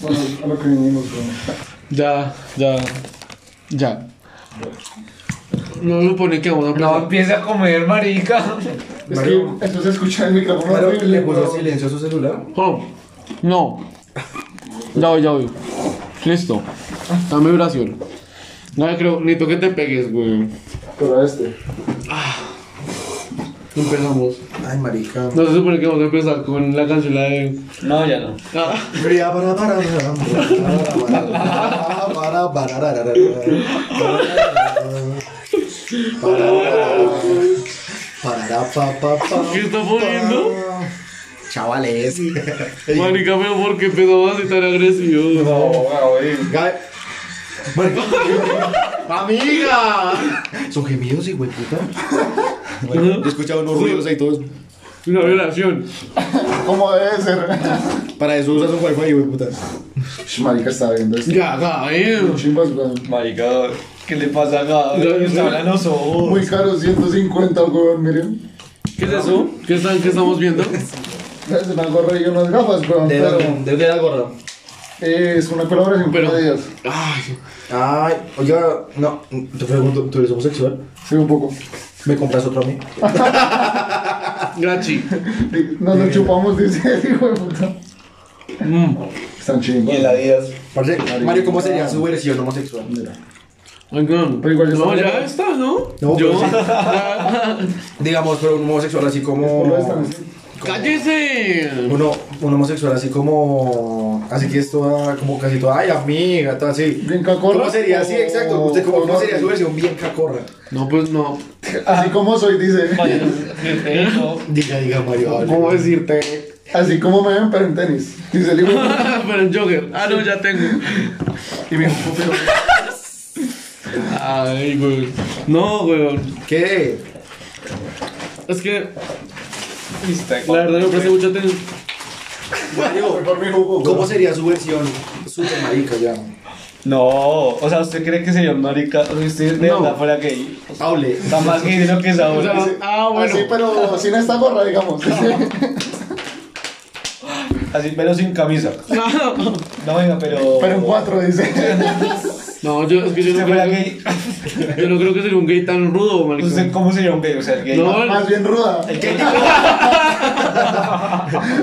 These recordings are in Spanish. Bueno, a lo que venimos, bueno. Ya, ya, ya. No supone que vamos a No empezar. empiece a comer, marica. Es que entonces escucha el micrófono Claro, horrible, le puso weón. silencio a su celular. Oh, no. Ya voy, ya voy. Listo. Dame vibración. No, yo creo, necesito que te pegues, güey. Pero a este. Empezamos. Ay, marica. No se supone que vamos a empezar con la canción la de. No, ya no. Ah, Fría, para, para, para, para, para, para, para, para, para, para, para, para, para. ¿Qué está poniendo? Chavales. Marica, pero ¿por qué empezamos así tan agresivo? Oh, Gabe. Bueno. ¡Amiga! Son gemidos, hijo de puta. Bueno, yo escuchaba unos ruidos ahí todos. Una violación. ¿Cómo debe ser? Para eso usas un wifi, hijo de puta. Sh, Marica está viendo esto. Ya, eh. cabrón. Chimbas, weón. Marica, ¿qué le pasa acá? No, no. Está hablando solo. Muy caro, 150, weón, miren. ¿Qué es eso? ¿Qué, están, qué estamos viendo? Es una gorra y unas gafas, weón. Pero ¿De qué era gorro? eh, es una colaboración Pero- con ellas. Ay, Ay, oiga, no, te pregunto, ¿tú eres homosexual? Sí, un poco. ¿Me compras otro a mí? grachi. Nos lo chupamos, dice el hijo de puta. Mm. Están chingos. Díaz. Parce, Mario, ¿cómo sería su versión homosexual? Oigan, Pero igual ya no, está ya bien. está, ¿no? No, pues yo. pero sí. Digamos, pero un homosexual así como... Solo están así. ¡Cállese! Uno, un homosexual así como... Así que es toda, como casi toda, ay, amiga, todo así. ¿Bien cacorra? ¿Cómo sería? Sí, exacto. ¿O- ¿Usted cómo, o cómo no? sería su versión bien cacorra? No, pues no. Ah. Así como soy, dice. Diga, diga, Mario. hable. ¿Cómo decirte? Así como me ven, pero en tenis. Dice el hijo de puta. Pero en Jogger. Ah, no, ya tengo. Y me dijo, pero... Ay, güey. No, güey. ¿Qué? Es que la verdad no presté mucha atención. Mario, Por mi jugo, ¿cómo sería su versión? Super marica ya. No, o sea, ¿usted cree que señor marica, o sea, usted de No. verdad fuera gay? Hable. Está más gay de lo que es O sea, ahora. ah, bueno. Así, pero sin esta gorra, digamos. Así, pero sin camisa. No, venga, pero... pero en cuatro, dice. No, yo, es que yo usted no, fuera creo, gay, yo no creo que sería un gay tan rudo, marica. ¿usted cómo sería un gay? O sea, el gay... No, Más bien ruda. ¿El qué tipo?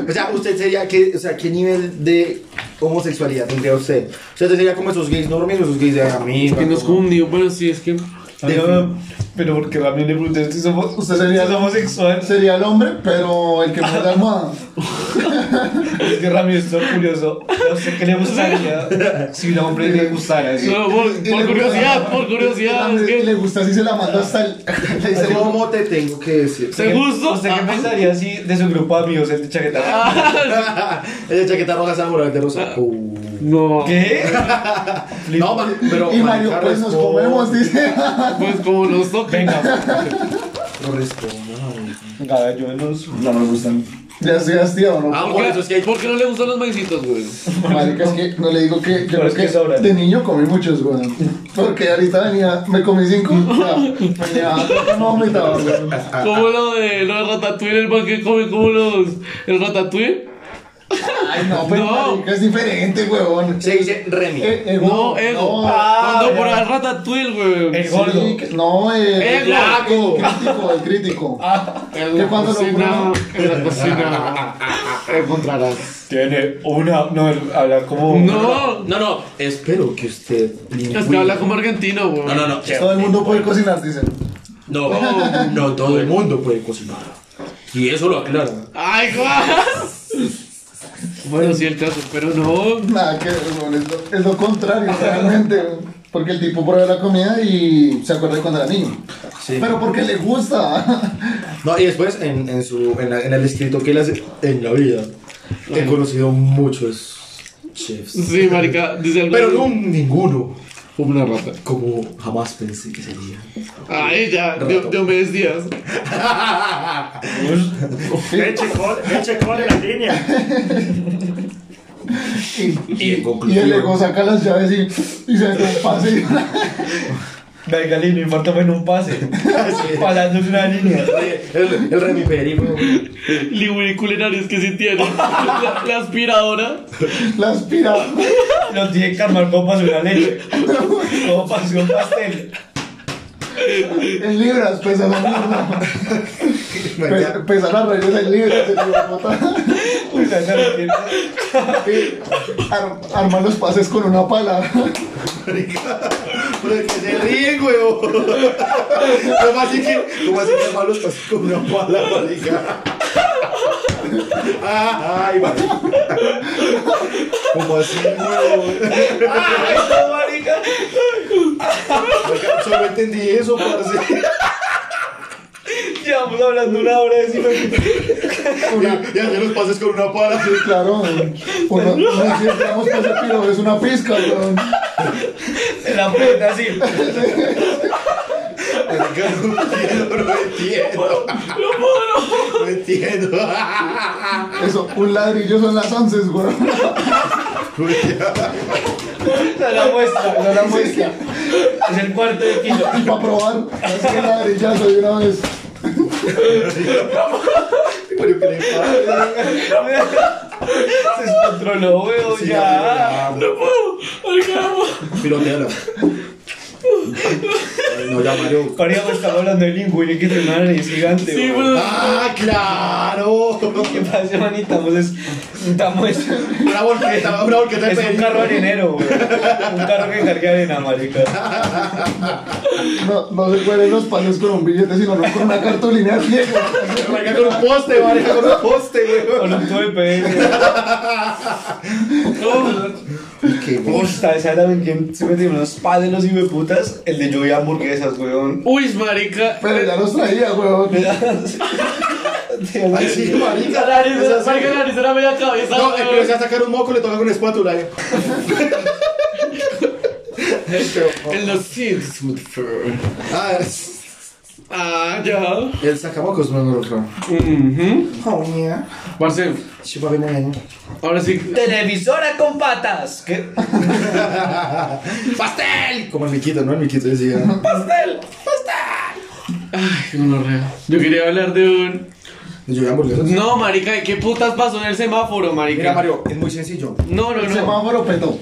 o sea, usted sería qué, o sea, qué nivel de homosexualidad tendría usted? O sea, usted sería como esos gays normales, esos gays de es amigos. que no es como un niño, pero sí, es que... Ah, no, pero porque también le pregunté si somos... Usted sería- si es homosexual. Sería el hombre, pero el que me da almohada. Es que Rami es curioso. No sé qué le gustaría si un hombre le gustara. ¿sí? No, por, por curiosidad, por curiosidad, es Le, que... le gusta si se la manda hasta el. Le dice, ¿Cómo te tengo que decir? ¿Te Ah. gusto? ¿Usted qué pensaría si de su grupo de amigos el de chaqueta? Esa chaqueta roja se enamoró de rosa. Uh. No, ¿Qué? No, ma- pero y Mario, marica, pues nos responda. comemos, dice. pues como nos toca. Venga, No responda. marica. venga, yo los. No me gustan. Ya estoy hastiado, ¿no? Ah, ¿Por por qué- eso es que hay ¿Por qué no le gustan los maicitos, güey? Marica, es que no le digo que. Yo Pero creo es que que, sobran. de niño comí muchos, weón. Porque ahorita venía, me comí cinco. ya, venía, no vomitaba, weón. Como lo de lo del ratatouille, el man que come como los... ¿El ratatouille? Ay, no, pero No. marica, es diferente, weón. se dice Remy. Eh, eh, No, weón, ego. no, eh, Cuando ya. Eh, por el ratatouille, güey. El Sí, gordo. que- no, eh, Ego. el crítico, el crítico. En ¿Qué la cuándo lo cocina, pruebo? en la cocina encontrarás. Tiene una. No, él habla como. No, No, no, espero que usted. es que habla como argentino, güey. No, no, no. Todo el mundo puede cocinar, dicen. No, no todo el mundo puede cocinar. Y eso lo aclara. Ay, guas. Bueno, sí, el caso, pero no. Nada, que weón, es, lo, es lo contrario, realmente. weón. Porque el tipo prueba la comida y se acuerda de cuando era niño. Sí. Pero porque le gusta. No, y después en, en, su, en, la- en el escrito que él hace en la vida, he conocido muchos chefs. Sí, marica, dice algo. Pero así, no ninguno Como una rata. como jamás pensé que sería. Ay, ya, yo, yo me desdías. Eche col, eche col en la línea. Y, en y el conclusión- ego saca las llaves y, y se despace. Venga, Lino, infártame en un pase. Sí. Pasando una línea. El, el Remy Peri, weón. Libuliculinarios que sí tiene. La, la aspiradora. La aspira. Lo tiene que armar como pasó una leche. Como pasó un pastel. En libras pesa la mierda. Pesa, pesa las redes en libras. el hijo de puta. Una serpiente. Ar- arma los pases con una pala. Pero es que se ríen, weón. ¿Cómo así que, cómo así que malos pasos con una pala, marica? Ah, ay, marica. ¿Cómo así, weón? ¡Ay, no, marica! Marica, Solo entendí eso, parce. Llevamos hablando una hora de eso. Y hacer los pases con una pala. Sí, claro. Pues Uno, uno siempre damos pase piro, es una pizca, weón. Se la prenda así. Marica, no entiendo, no entiendo. No entiendo. Eso, un ladrillo son las once, weón. No la muestra, no la muestra. Es el cuarto de kilo. Y para probar, así que ladrillazo de una vez. Pero que le pasa. Se descontroló, weón, ya. Piroteala. Ay, No, ya, Mario. María, estaba hablando de Linguini, que tiene una nariz gigante, Sí, weón. pero. ¡Ah, claro! ¿Qué pasa, manita? Pues Estamos, estamos, es Una volqueta, una volqueta de un perico. carro arenero, weón. Un carro que carga arena, marica. No, no se pueden los pases con un billete, sino no con una cartulina ciega. Marica, con un poste, marica, con un poste, Con weón. un tubo de PVC. Qué Puta, esa era en quien se metieron unos padelos y putas. El de lluvia hamburguesas, weón. Uy, marica. Pero ya los traía, weón. Ay, sí, marica. La nariz O sea, era- marica, la nariz era media cabeza. No, el que weón. se va a sacar un moco le toca con espátula. eh. En los Sims. with fur. Ah, es- Ah, ya. el sacamocos, no, no, no. Mhm. Oh, yeah. Parce, Chupa bien, bien. ahora sí. Televisora con patas. ¿Qué? ¡Pastel! Como el miquito, ¿no? El miquito decía. ¡Pastel! Ay, no rea. Yo quería hablar de un. Yo voy a hamburguesas. No, marica, ¿de qué putas pasó en el semáforo, marica? Mira, Mario, es muy sencillo. No, no, El no. semáforo petó.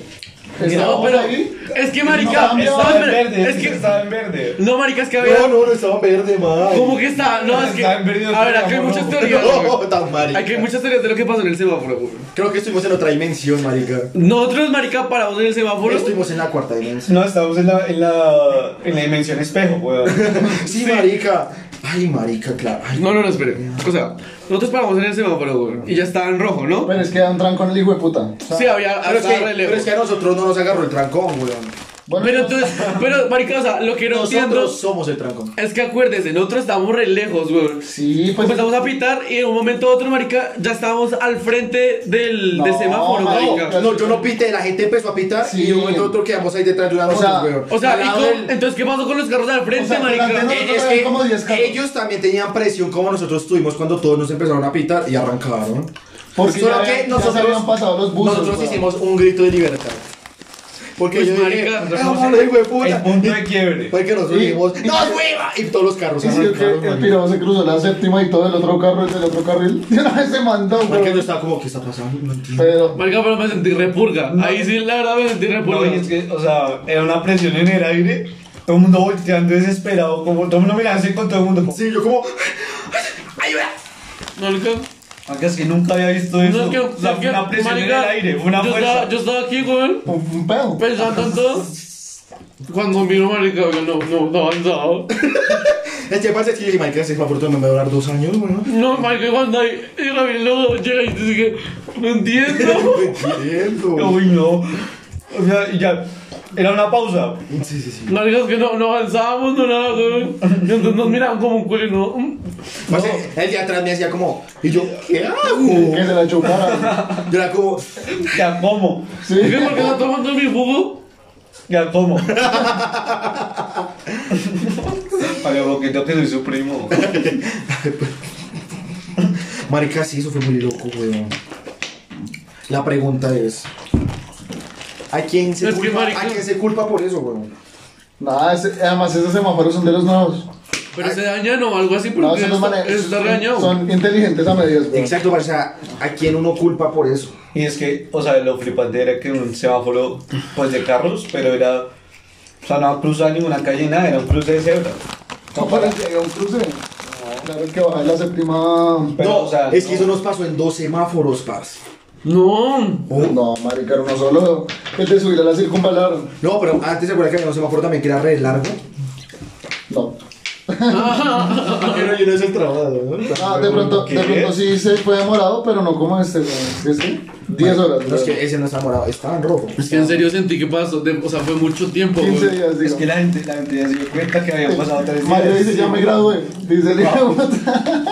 No, Estábamos pero. ahí, Es que, No, marica. cambio, estaba Estaba en en verde. Es que. estaba en verde. No, marica, es que había. No, no, no estaba verde, madre. ¿Cómo que está? No, es que. A Están perdidos, ver, aquí hay pero muchas no. teorías. No, güey. tan marica. Aquí hay muchas teorías de lo que pasó en el semáforo, güey. Creo que estuvimos en otra dimensión, marica. Nosotros, marica, paramos en el semáforo. Estuvimos en la cuarta dimensión. No, estábamos en la, en la, en la dimensión espejo, weón. Sí, marica. Ay, marica, claro. Ay, No, no, no, espere. O sea, nosotros paramos en el semáforo, güey. Y ya estaba en rojo, ¿no? Pero es que dan trancón el hijo de puta. Sí, había. pero, es estaba que, re lejos. pero es que a nosotros no nos agarró el trancón, weón. Bueno, Pero entonces, pero marica, o sea, lo que no Nosotros entiendo somos el trancón. es que acuérdense, nosotros estábamos re lejos, weón. sí, pues. Empezamos a pitar y en un momento a otro, marica, ya estábamos al frente del, del No, semáforo, marica. marica. No, yo no pité, la gente empezó a pitar Sí. y de un momento a otro quedamos ahí detrás de una O sea, nosotros, weón. O sea, Al ¿y lado cómo- del- entonces qué pasó con los carros de al frente, O sea, marica? durante- Eh, es Nosotros como diez que carros. ellos también tenían presión como nosotros tuvimos cuando todos nos empezaron a pitar y arrancaron. Porque ya, Solo que ya nosotros, se habían pasado los buses. nosotros weón. hicimos un grito de libertad. Porque Pues, yo dije, marica, "Ah, no sé". vale, hijo de puta". El punto de quiebre. Fue que nos Y- unimos, y- ¡Nos fuimos! Y todos los carros Sí, sí, que arrancaron. el marica. pirado se cruzó la séptima y todo el otro carro, el del otro carril. Y una vez se mandó, Porque yo weón. estaba como, ¿qué está pasando? No entiendo. Pero. Marica, pero me sentí repurga. Ahí sí, la verdad, me sentí repurga. No, y es que, o sea, era una presión en el aire. Todo el mundo volteando desesperado, como todo el mundo mirándose con todo el mundo. Como, Sí, yo como, ¡ayuda! No, es que- "Marica, es que nunca había visto no, eso. es que- O sea, es que, una presión marica, en el aire, una yo fuerza. Estaba, yo estaba aquí, weón, Un, un pedo. pensando en todo. Cuando miro, marica, yo no, no, no avanzado. Este parce sí, dije, marica, si me aportó, me va a durar dos años, bueno. No, marica, cuando ahí, y Ramiro luego llega y dice que, no entiendo. No entiendo. Uy, no. O sea, y ya. Era una pausa. Sí, sí, sí. Marica, es que no, no avanzábamos, no nada, weón. Y entonces nos miraban como un culo, ¿no? Mm. Parce, el de atrás me hacía como, y yo, ¿qué Que hago? se la chupara. Yo era como, Ya como. Sí. ¿Y qué? ¿Por qué está tomando mi jugo? Ya como. Para Boquito que soy su primo. marica, sí, eso fue muy loco, weón. La pregunta es, ¿a quién se, Es que, culpa, marica- ¿a quién se culpa por eso, weón? Nada, ese- además esos semáforos son de los nuevos. Pero se dañan o algo así No, porque son, los está, mane- está regañado. son inteligentes a medias, güey. Exacto, o sea, ¿a quién uno culpa por eso? Y es que, o sea, lo flipante era que un semáforo, pues de carros, pero era. O sea, no cruzaba ninguna calle, nada, era un cruce de cebra. No, para llegar a un cruce. Claro que bajar la séptima. Pero, no, o sea, es que no. eso nos pasó en dos semáforos, parce. No. No, marica, era uno solo. El de subir a la circunvalar. No, pero antes se acuerda que había un semáforo también que era re largo. No. Pero yo no es el trabajo, ¿no? Ah, de pronto, de ¿Qué? pronto sí se fue demorado, pero no como este, güey. Este, 10 horas. No, es güey. que ese no estaba morado, estaba en rojo. Es que en serio sentí que pasó. de- o sea, fue mucho tiempo, 15 güey. días, digo. Es que la gente, la gente ya se dio cuenta que habían pasado tres días. Mario dice, ya me gradué. Dice el hijo de puta.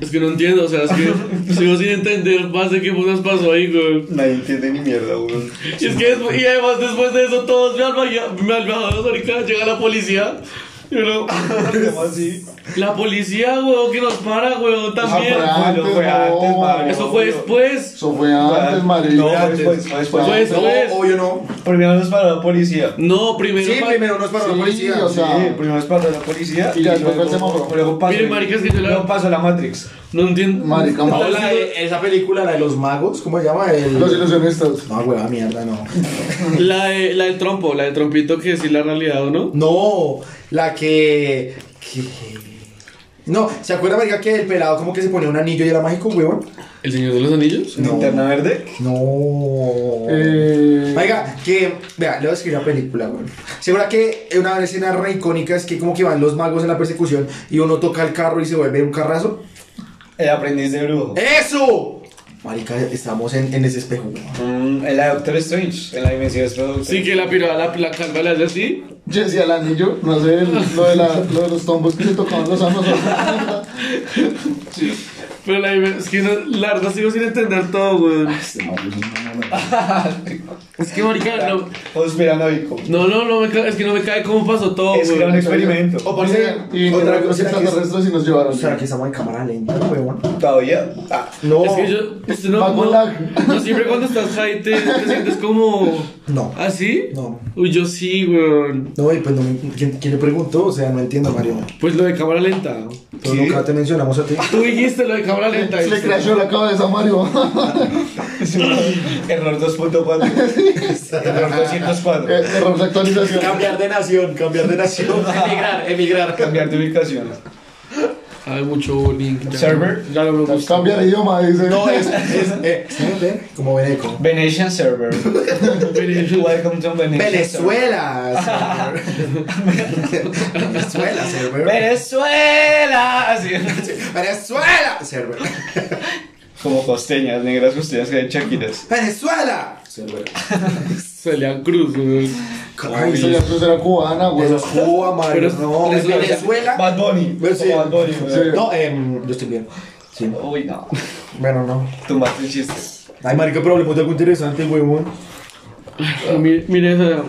Es que no entiendo, o sea, es que sigo sin entender más de qué putas pasó ahí, güey. Nadie entiende ni mierda, güey. Y es que despu- y además después de eso todos me albañaron, me albañaron ahorita, llega la policía. Y uno, ¿Cómo así? la policía, güey, que nos para, güey, también. Ah, Bueno, Antes, fue antes, no. Mario. Eso fue después. Eso fue antes, Mario. Ah, No, fue después, fue después. Fue después. Pues- No, obvio no. Primero nos paró la policía. No, primero. Sí, pa- primero nos paró Sí, la policía. o sea, Sí, primero nos paró la policía. Y ya después fue el semáforo. Luego pasó, Miren, marica, es que yo la- luego pasó la Matrix. No entiendo. Marica, Ahora No, la sí, de- esa película, la de los magos, ¿cómo se llama? El... Los ilusionistas. No, hueva, mierda, no. La, de- la del trompo, la del trompito que decir la realidad o no. No, la que. que- No, ¿se acuerda, marica, que el pelado como que se ponía un anillo y era mágico, huevón? ¿El señor de los anillos? No. Linterna verde. No. Eh, Oiga, que. Vea, le voy a escribir una película, güey. Segura que una escena re icónica es que como que van los magos en la persecución y uno toca el carro y se vuelve un carrazo. El aprendiz de brujo. Eh. ¡Eso! Marica, estamos en, en ese espejo, güey. Mm, en la de Doctor Strange. En la dimensión de Doctor Sí, que la pirada, la, la calva le hace así. Jesse al anillo, no sé, el- lo de, la, lo de los tombos que se tocaban los amos. Pero la, es que no, la verdad sigo sin entender todo, güey. Es que, marica, no, Conspiranoico. no, no, no me ca- es que no me cae cómo pasó todo, Es que era un güey. experimento. O parece- Y vinieron otra los cosa era que- extraterrestres y nos O llevaron. sea, que estamos en cámara lenta, huevón. Todavía. Ah, No. Es que yo, usted no, Va con no- lag. no, siempre cuando estás high te, te sientes como No. así. No. Uy, yo sí, güey. No, y pues no me- ¿quién, quién le preguntó? O sea, no entiendo, Mario. Pues lo de cámara lenta. Pero nunca te mencionamos a ti. Tú dijiste lo de cámara lenta. este. este. Se le dice. crashó la cabeza a Mario. Eh, error 2.4. error 204. Eh, Error de actualización. Cambiar de nación, cambiar de nación. Emigrar, emigrar. Cambiar de ubicación. Hay mucho bullying. ya. Server. Ya no me gusta. Cambia de idioma, dice. No, es. es eh, ¿sabe? Como Veneco. Venetian server. Welcome to Venetian Venezuela. server. Venezuela, server. server. Venezuela. Así. Venezuela, server. Como costeñas, negras costeñas que hay chaquiras. Venezuela, server. Celia Cruz, güey. Ay, se le puso era cubana, güey. Eso es Cuba, Mario. Pero- No, pero- Venezuela. Bad Bunny. Pero sí. Como Bad Bunny. güey. Sí. No, em, yo estoy bien. Sí. Uy, no. Bueno, no. Tumbaste el chiste. Ay, marica, pero le puse algo interesante, huevón. Mire, mire esa.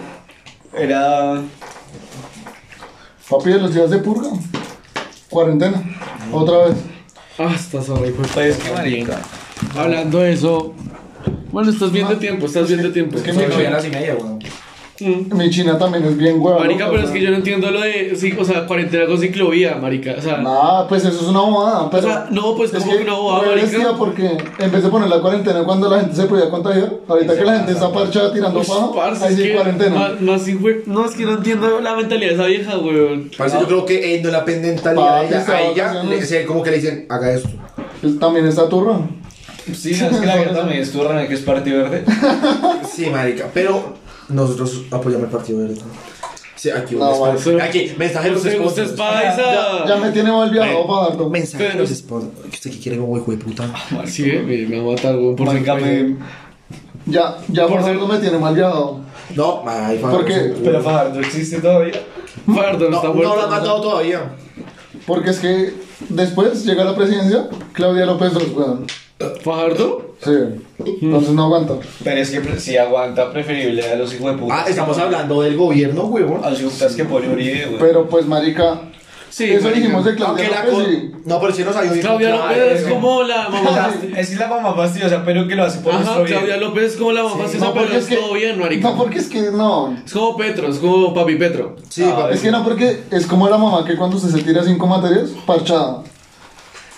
Era. Papi de los días de purga. Cuarentena. Otra vez. Ah, está sorry, pues. Pues qué marica. Hablando de eso. Bueno, estás bien de tiempo, estás bien de tiempo. Ah, Es que Sí, mi, no, ya china, las y media, weón. Mm. mi china también es bien hueva. Marica, ¿no? pero es que yo no entiendo lo de. sí, o sea, cuarentena con ciclovía, Marica. O sea, Nah, pues eso es una bobada. Pero O sea, no, pues, es ¿cómo que una bobada, fue marica? bestia porque empecé a poner la cuarentena cuando la gente se podía contagiar. Ahorita que la gente está parchada tirando pues, paja, parce, ahí es sí que. cuarentena. ma- más sí, güey. No, es que no entiendo la mentalidad de esa vieja, weón. Parce, yo creo que eh, no la pendentalidad Papi, a ella, estaba a ella haciendo- le- se- como que le dicen, haga esto. Pues, también está turra. Sí, es que la verdad me esturran que es parte verde. Sí, marica, pero nosotros apoyamos el partido verde. Sí, aquí, No, un sponsor. marica. aquí, mensaje de los Usted, usted es sponsors. paisa. Ya me tiene mal viajado para darlo. Mensaje de los Pero- sponsors. ¿Usted qué quiere como hijo de puta? Sí, eh, mire, me va a matar, weón. Por Marica, ciclovía. me. Ya, ya por algo me tiene mal viajado. No, ay, ¿Por qué? Pero Fajardo existe todavía. Fardo, No, está no muerto. lo han matado todavía. Porque es que después llega a la presidencia Claudia López Dos, weón. ¿Fajardo? Sí. Hmm. Entonces no aguanta. Pero es que pre- si aguanta, preferible a los Ah, hijos de puta. Ah, estamos hablando del gobierno, huevón. A los hijos de putas que pone Uribe, güey. Pero pues, marica, Sí, Eso marica. dijimos de Claudia Aunque la López con- y- No, pero si nos ayudó. Claudia López es como la mamá fastidiosa. Es la mamá fastidiosa, pero que lo hace por Ajá, nuestro bien. Claudia López es como la mamá fastidiosa, No, pero porque es es que... todo bien, marica. No, porque es que no. Es como Petro, es como papi Petro. Sí, Ah, papi. Es que no, porque es como la mamá que cuando se, se tira cinco materias, parchada.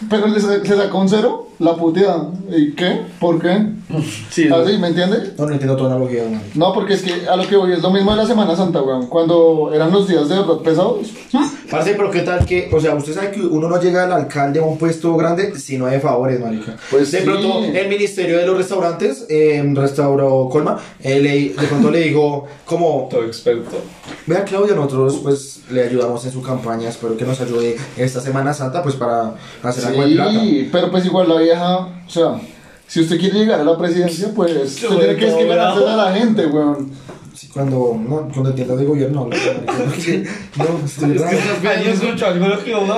Pero le, sa- se sacó un cero, la puteada. ¿Y qué? ¿Por qué? Sí, ¿Así? ¿Me entiendes? No, no entiendo tu analogía, man. No, porque es que a lo que voy es lo mismo de la Semana Santa, weón. Cuando eran los días de verdad pesados. Parce, pero qué tal que, o sea, usted sabe que uno no llega al alcalde a un puesto grande si no hay favores, marica. Pues de sí. pronto el ministerio de los restaurantes, eh, restauró Colma, eh, le- de pronto le digo como, Todo experto. vea Claudia, nosotros pues le ayudamos en su campaña, espero que nos ayude esta Semana Santa pues para hacer algo de plata. Sí, pero pues igual la vieja, o sea, si usted quiere llegar a la presidencia, pues usted Yo tiene voy que todo esquivar bravo. a la gente, weón. Sí, cuando, no, cuando entiendas de gobierno, habla, marica, porque- no, estoy raro. Ahí escucho algo de lo que uno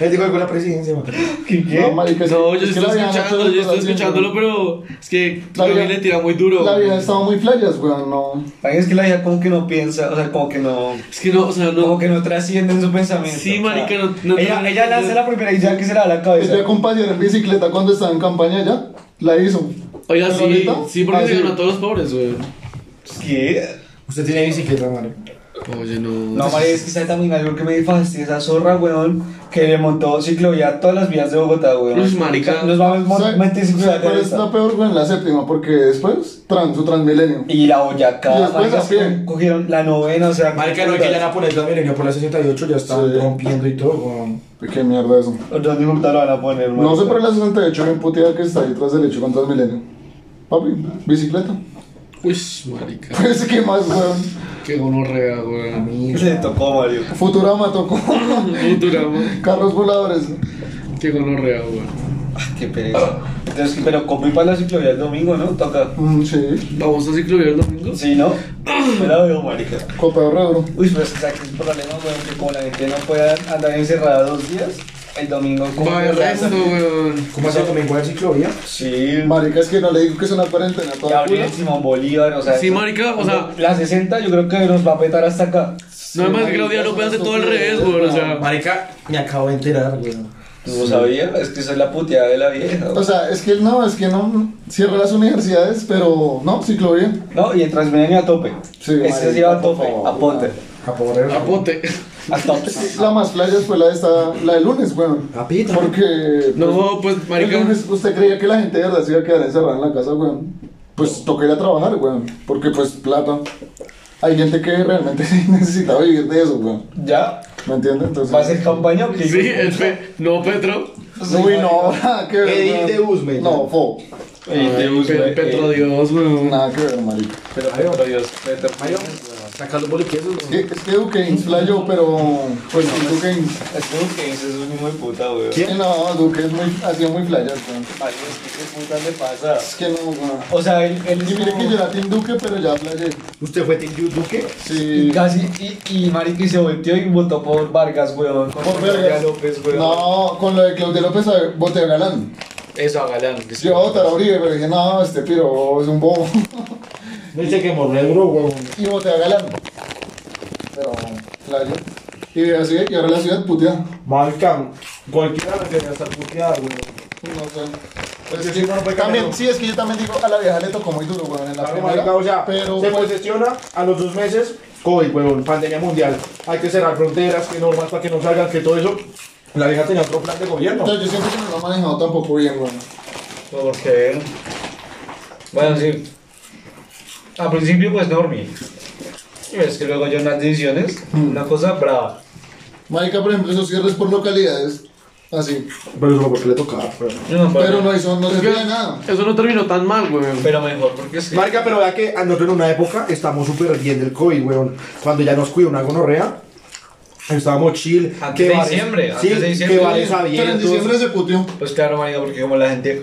Él dijo algo de la presidencia, marica. ¿Qué, No, qué? marica, No, es yo que estoy la vieja no sabe escuchándolo, yo lo que estoy está haciendo. escuchándolo, pero es que La Claudia vieja- le tira muy duro. La vieja estaba muy playas, weón, no. Ay, Es que la vida como que no piensa, o sea, como que no... Es que no, o sea, Como no. que no trasciende en su pensamiento. Sí, o sea, marica, no- no- ella, no- ella lanza la primera idea que se le da a la cabeza. Ella acompañó Este en bicicleta cuando estaba en campaña ya, la hizo. Oiga, Pero sí, ahorita, Ah, sí, porque se así. ganó a todos los pobres, güey. ¿Qué? Usted tiene bicicleta, marica. Oye, no. No, María, es que sabe también algo que me fastidia esa zorra, weón, que le montó ciclovía a todas las vías de Bogotá, weón. Uy, marica. Nos vamos a ¿Sabe- meter sabe ciclovía cuál es la peor, weón? La séptima, porque después, trans, su transmilenio. Y la Boyacá, Y después marica, a pie. co- cogieron la novena, o sea... Marica, no, que ya la poner milenio por la 68 ya están Sí. rompiendo y todo, weón. Qué mierda eso. Otros de puta lo van a poner, No sé marica. por la 68 bien puteada que está ahí tras derecho con transmilenio. Papi, bicicleta. Uy, marica. Pues, ¿qué más, weón? Qué gonorrea, Ah. güey. Le tocó, Mario. Futurama tocó. Futura, güey. Carros voladores. Qué gonorrea, güey. Ah, qué pereza. Entonces, pero como ir para la ciclovía el domingo, ¿no? Toca. Mm, sí. ¿Vamos a ciclovía el domingo? Sí, ¿no? Me la veo, marica. Copa de Herrero. Uy, pero es que aquí es un problema, weón, que como la gente no puede andar encerrada dos días, el domingo... como Va, que el resto, lanzan- güey. ¿Cómo hace el domingo en ciclovía? Sí, Marica, es que no le digo que es una cuarentena Y toda abrir pura. el Simón Bolívar, o sea. Sí, marica, o sea- La 60 yo creo que nos va a petar hasta acá. No, además, Claudia López hace todo al revés, güey. O sea, Marica, me acabo de enterar, weón. No sabía, es que esa es la puteada de la vieja. O sea, es que no, es que no cierra las universidades, pero no, ciclovía. No, y el Transmilenio a tope. Sí, Este sí marica, va a tope, por favor. a ponte. A poder. apote. A tope. La más playa fue la de esta, la del lunes, weón. Papito. Porque. No, pues, pues, marica. el lunes usted creía que la gente de verdad se iba a quedar encerrada en la casa, weón. Pues toca ir a trabajar, weón. Porque, pues, plata. Hay gente que realmente necesita vivir de eso, weón. ¿Ya? ¿Me entiendes? Entonces. ¿Va a ser campaña o qué? Sí, el pe... No, Petro. Uy, no, nada que ver. Edil weón. de Usme. No, fo. Ey, te Ay, busco, Pe- eh. Petro Dios, güey. Nada que ver, marica. Pero, pero Dios, Petro. Saca los boliquesos, Es que, es que Duque inflayó, pero. Pues sí, Duque. Es como que ese es un hijo de puta, weón. ¿Quién? No, Duque es muy, ha sido muy flyer, weón. Mario, es que qué puta le pasa. Es que no, weón. O sea, él, él Y mire que yo era Team Duque, pero ya flayé. ¿Usted fue Team Duque? Sí. Y casi, y, y Marica y se volteó y votó por Vargas, weón. Con Por Claudia vergas. López, weón. No, con lo de Claudia López a- voté a Galán. Eso, a Galán. que sí. Yo iba a votar a Uribe, pero dije, no, este piro es un bobo. Dice que morregro, weón. Y voté a Galán. Pero, claro. Y así, y ahora la ciudad putea. Marica, cualquiera la que va a estar puteada, weón. No sé. Porque Pues Es si uno no que, también, puede cambiarlo. sí, es que yo también digo, a la vieja le tocó muy duro, weón, en la Claro, primera. marica, o sea, pero, se pues, posesiona a los dos meses, COVID, weón, pandemia mundial. Hay que cerrar fronteras, que normas para que no salgan, que todo eso. La vieja tenía otro plan de gobierno. no, yo siento que no lo ha manejado tampoco bien, weón. Porque. Bueno, sí. Al principio, pues Normi. Y ves que luego yo en las decisiones, una cosa brava. Marica, por ejemplo, esos cierres por localidades. Así. Pero eso fue porque le tocaba, weón. No, Pero no hizo, no se Es que pide nada. Pues, Eso no terminó tan mal, güey. pero mejor, porque es que. Marica, pero vea que a nosotros en una época estamos súper bien del COVID, weón. Cuando ya nos cuidó una gonorrea, estábamos chill. Antes que de bares- diciembre, sí, antes de diciembre. Que bares Pero en abiertos. diciembre se puteó. Pues claro, marica, porque como la gente.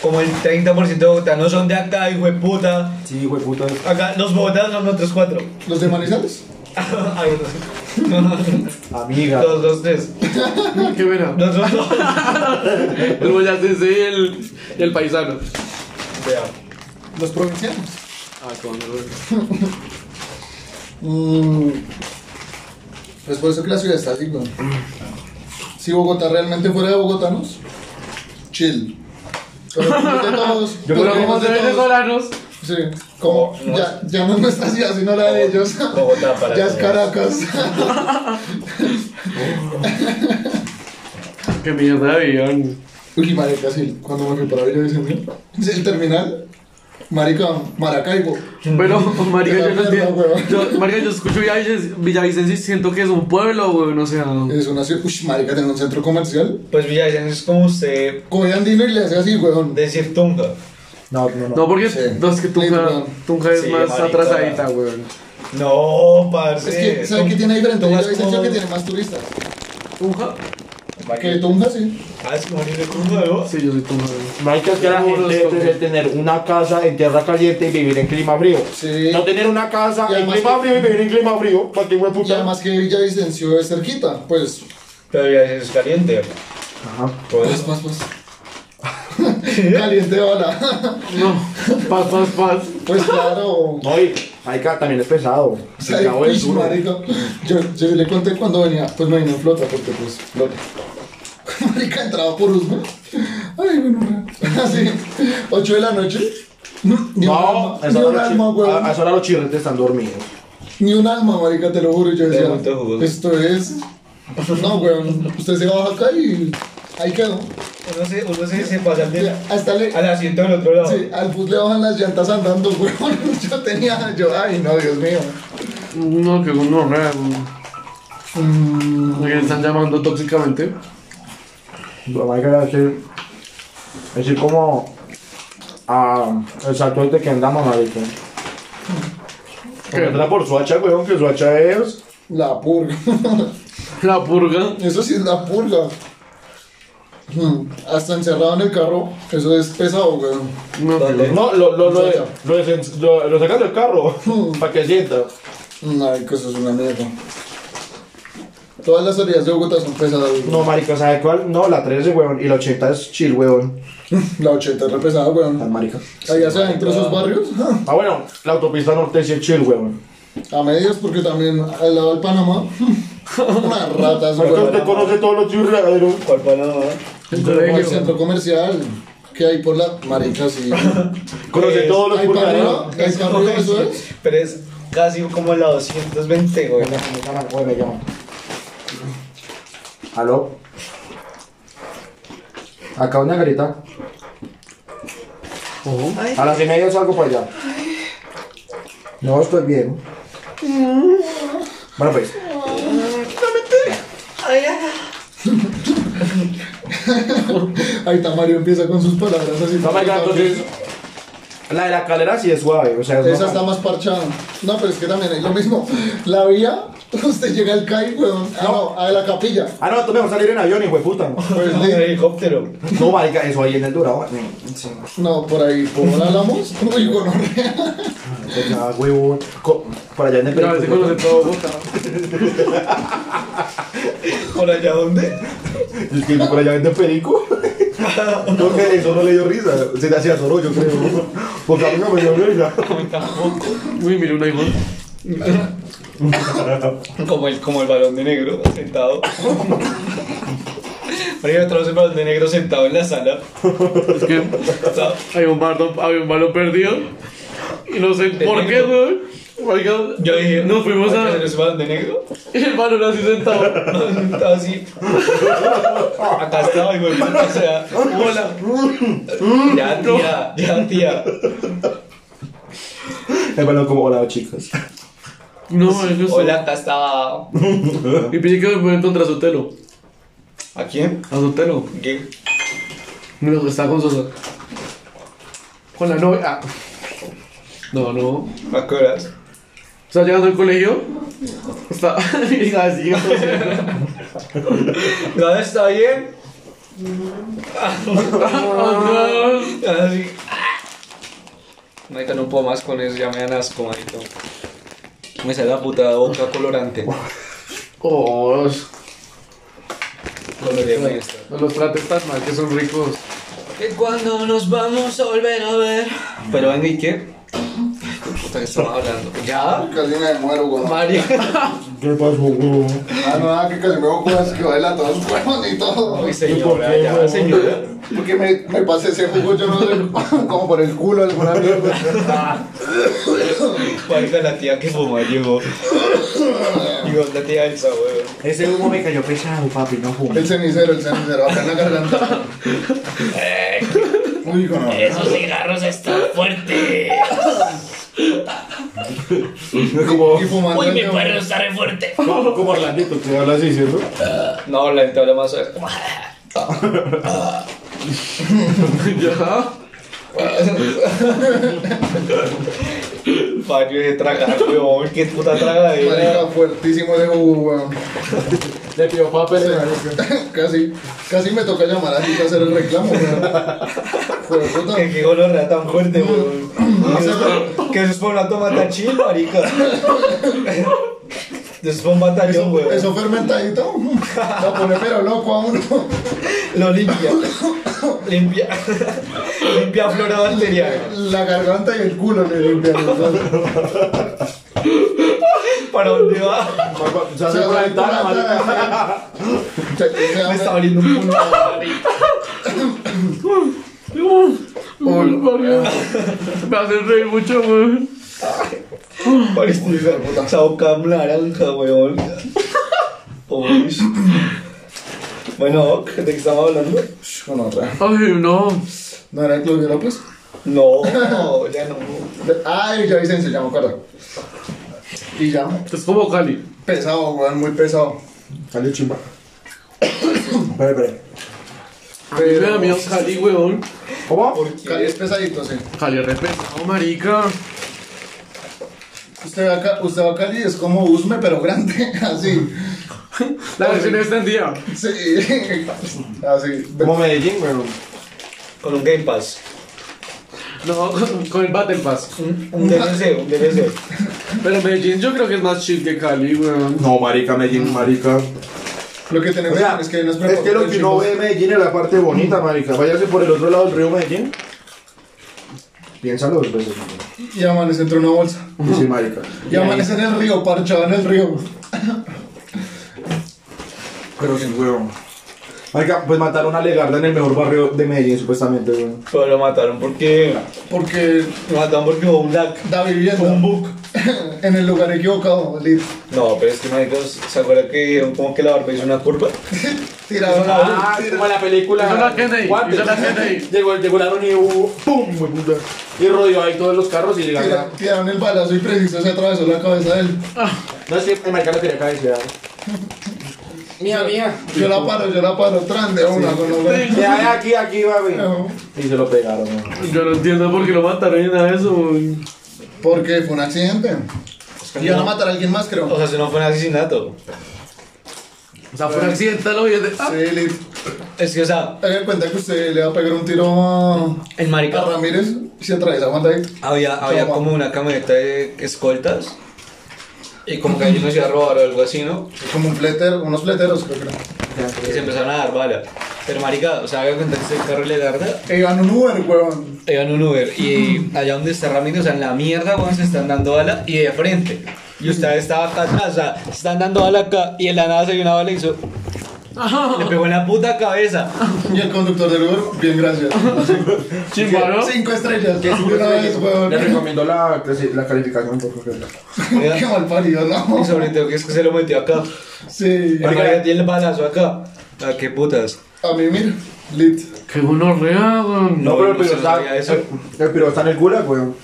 Como el 30% de Bogotá no son de acá, hijo de puta. Sí, güey, puta. Acá, los bogotanos son nosotros cuatro. Los de Manizales. Ay, no. Amiga. Los dos, tres. Qué pena. Nosotros dos. El boyacense y el, y el paisano. Vea. Los provincianos. Ah, con Mm, Es por eso que la ciudad está así, güey. Si Bogotá realmente fuera de bogotanos, chill. Pero como de todos, Yo pero creo que como como de soy todos, venezolanos. sí, como No, no. ya, ya no es nuestra ciudad, sino la de ellos. Bogotá para Ya es todos. Caracas. Qué mierda de avión. Uy, marica, sí, cuando me fui para Villa Vicencio, el terminal, marica, Maracaibo. Pero, marica, yo no Mierda, entiendo. weón. Yo, marica, yo escucho Villavicencio Villavicencio y siento que es un pueblo, weón. O sea, Es una ciudad, uy, marica, tiene un centro comercial. Pues Villavicencio es como usted Coge andino y le hace así, weón. decir Tunja. No, no, no, porque sí. no, es que Tunja, Listo, weón. Tunja es Sí, más marica. atrasadita, weón. No, parce. Es que, ¿sabes qué tiene diferente? Tunja Villa es Vicencio como- que tiene más turistas. ¿Tunja? Que Tunja, sí. Ah, es como ir de Tunja, ¿no? Sí, yo soy Tunja, weón. Marica, es que la Seguros, gente debe ok. tener una casa en tierra caliente y vivir en clima frío. Sí. No tener una casa Y en además- clima frío y vivir en clima frío, para que hue Y puta. además que Villavicencio es cerquita, pues. Pero Villavicencio es caliente. Pues, Pues, pues, pues. Caliente, hola. No, paz, paz, paz. Pues claro. No, y marica, también es pesado. Se Ay, acabó el uy, duro. marica. Yo, yo le conté cuando venía, pues me vine en flota, porque pues, flota. Marica entraba por Usme. Ay, bueno, así, 8 de la noche. Ni un No, alma, a ni esa un hora alma, los chi- weón. a- a esa hora los chirretes están dormidos. Ni un alma, marica, te lo juro. Yo decía, Pregunta jugosa. esto es. No, weón, usted se baja acá y ahí quedó. uno se, uno se, se pasa al, de- Hasta le, al asiento del otro lado. Sí, al bus le bajan las llantas andando, weón. Yo tenía, yo, ay, no, Dios mío. No, que uno rea, weón. Mm, ¿A quién están llamando tóxicamente? Lo más que voy a decir, decir como a el salto de que andamos, marica. ¿Qué? Que entra por Suacha, weón, que Suacha es. La purga. La purga. Eso sí es la purga. Hmm, Hasta encerrado en el carro, eso es pesado, weón. No, ¿Dónde? No, lo, lo, lo, Suacha. lo, desen- lo- lo sacan del carro para que sienta. Mm, Ay, que eso es una mierda. Todas las salidas de Bogotá son pesadas, weón. No, marica, ¿sabes cuál? No, la 13, weón, y la 80 es chill, weón. La 80 es re pesada, weón. Tan marica. Allá se van entre esos barrios. Ah, bueno, la autopista norte sí es chill, weón. A medias, porque también al lado del Panamá, unas ratas, Marica, weón. usted conoce todos los chirraderos. ¿Cuál fue la mamá? el Como el colegio. centro comercial que hay por la marica, sí. Conoce Eh, todos los Ahí para purgaderos. arriba, ahí para arriba, eso es. ¿eh? Pero es casi como la 220, güey. Oye, me llaman, oye, me llaman. Aló. Acá una grita. Ojo. A las y media salgo para allá. No, estoy bien. Bueno, pues. Ahí está Mario empieza con sus palabras así. No me entonces. La de la calera sí es suave, o sea, es Esa normal. está más parchada. No, pero es que también es lo mismo. La vía, usted llega al CAI, weón. Ah, no, a la capilla. Ah, no, tú me vas a salir en avión, hijo de puta. Pues Un li- helicóptero. No, marica, eso ahí en el Dorado. Sí. no, por ahí, por la Alamos, uy, gonorrea. O sea, huevo. Ah, co- Por allá en el Pero a veces conoce todo Bogotá. ¿Por allá dónde? Es que por allá venden perico. Creo que eso no le dio risa. Se le hacía solo, yo creo. Porque a mí no me dio risa. Uy, mira un iPhone. Como el, como el balón de negro, sentado. María, traes el balón de negro sentado en la sala. Es que hay un balón, había un balón perdido. Y no sé por qué, weón. Marica, Yo dije, nos fuimos ¿por qué a. traes el balón de negro? Y el balón así sentado. Estaba así. Acá estaba, güey. O sea, hola. Ya, tía, ya, tía. El balón como, hola, chicas. No, eso es. Hola, acá estaba. Y pensé que me encontrar a Sotelo. ¿A quién? A Sotelo. ¿Qué? Mira, está con Sosa. Con la novia. Ah. No, no. ¿A qué horas? Está llegando al colegio. Está. Mira, así. Ah, ¿No está bien? no. Así. Marica, no puedo más con eso, ya me dan asco, marito. Me sale la puta boca colorante. Oh, Coloreame esto. los trates tan mal que son ricos. Que cuando nos vamos a volver a ver. Pero venga, ¿y qué? puta que estaba hablando. ¿Ya? Casi me muero, weón. María. ¿Qué pasó, weón? Ah, no, ah, que casi me voy así que baila todos los cuernos y todo. Uy, señora, ya, señora. Porque me, me pasé ese jugo, yo no sé, como por el culo alguna mierda. Marica, la tía que fuma llegó. Llegó la tía Elsa, weón. Ese humo me cayó pesado, papi, no fumo. El cenicero, el cenicero, acá en la garganta. Uy, con la- Esos cigarros están fuertes. Y fumando. Uy, mi yo- perro está re fuerte. Como, como Orlandito, tú hablas así, ¿cierto? No, la gente habla más suave. Mario de tragar, weón. ¿Qué puta traga de Marica, fuertísimo ese jugo, weón. Le pidió papel. Casi, casi me toca llamar a ti para hacer el reclamo, weón. Fue puta. Que qué gonorrea tan fuerte, weón. Que eso es por una tomata chill, marica. Eso es por un batallón, weón. Eso fermentadito, lo pone pero loco a uno. Lo limpia. Limpia. Limpia flora bacteriana. La garganta y el culo le limpian. ¿no? ¿Para dónde va? Se Se hace por la abre ventana, por la marica. ventana, se- se Me está abre- abriendo un culo. Oh, Uy, Me hacen reír mucho, weón. Parece una chaucam naranja, weón. Uy. Bueno, ¿de qué estamos hablando? con otra. Ay, no. ¿No era Claudio López? No, ya no. Ay, ya Vicencio, ya me acuerdo. Y ya, Es como Cali. pesado, weón, muy pesado. Salió chimba. Espera, espera. A mí me da miedo Cali, weón. ¿Cómo? Cali es pesadito, sí. Cali re pesado, marica. Usted va, acá, usted va a Cali es como Usme, pero grande, así. La versión extendida. Sí, así. Como Medellín, weón. Con un Game Pass. No, con el Battle Pass. Un DLC, un DLC. Pero Medellín yo creo que es más chill que Cali, weón. No, marica, Medellín, marica. Lo que tenemos O sea, es que nos es que lo que no ve de Medellín es la parte bonita, marica. Váyase por el otro lado del río Medellín. Piénsalo dos veces. marica. Y amanece entre una bolsa. Sí, sí, marica. Y amanece en el río, parchado en el río. Pero sin huevo. Marica, pues mataron a Legarda en el mejor barrio de Medellín, supuestamente, weón. Pero lo mataron porque. Porque Lo mataron porque hubo un lag. da vivienda. Un bug. en el lugar equivocado, lit. No, pero es que, maricos, ¿se acuerdan que como que la barba hizo una curva? Tiraron la Ah, como la película. Hizo la Kennedy, Guantes. hizo la Kennedy. Llegó, llegó el Aaron y hubo. ¡Pum! güey, puta. Y rodeó ahí todos los carros y llegaron. Tira- tiraron el balazo y preciso se atravesó la cabeza de él. No es que el mercado quería cabecear. Mía, mía. Yo la paro, yo la paro, tran de una con los brazos. Ya, aquí, aquí, papi. No, Y se lo pegaron, güey. Yo no entiendo por qué lo mataron a eso, weón. Porque fue un accidente. Y van a matar a alguien más, creo. O sea, si no fue un asesinato. O sea, fue un accidental, oye. de- ah. Sí, Lit. Es que, o sea, Haga de cuenta que usted le va a pegar un tiro a, el a maricón. Ramírez y se atraviesa Juan David. Había, había Toma. como una camioneta de escoltas. Y como que alguien nos iba a robar o algo así, ¿no? Como un fleter, unos fleteros, creo que era. Y se empezaron a dar bala. Pero marica, o sea, haga cuenta que ese carro le darda, E iban un Uber, huevón. iba en un Uber. Y allá donde está Ramírez, o sea, en la mierda, weón, se están dando bala y de frente. Y usted estaba acá atrás, o sea, se están dando bala acá y en la nada se dio una bala y hizo. Le pegó en la puta cabeza. Y el conductor del Uber, bien gracias. Chimba, ¿no? Cinco estrellas. De una vez, Le huevón. recomiendo la, clasi- la calificación por favor. Qué mal parido, Y ¿no? sobre todo que es que se lo metió acá. Sí. Y marica tiene el balazo acá. Ah, qué putas. A mí, mira, Lit. Qué gonorrea, weón. No, pero el se piro está, sabía eso. pues, el piro está en el culo, weón.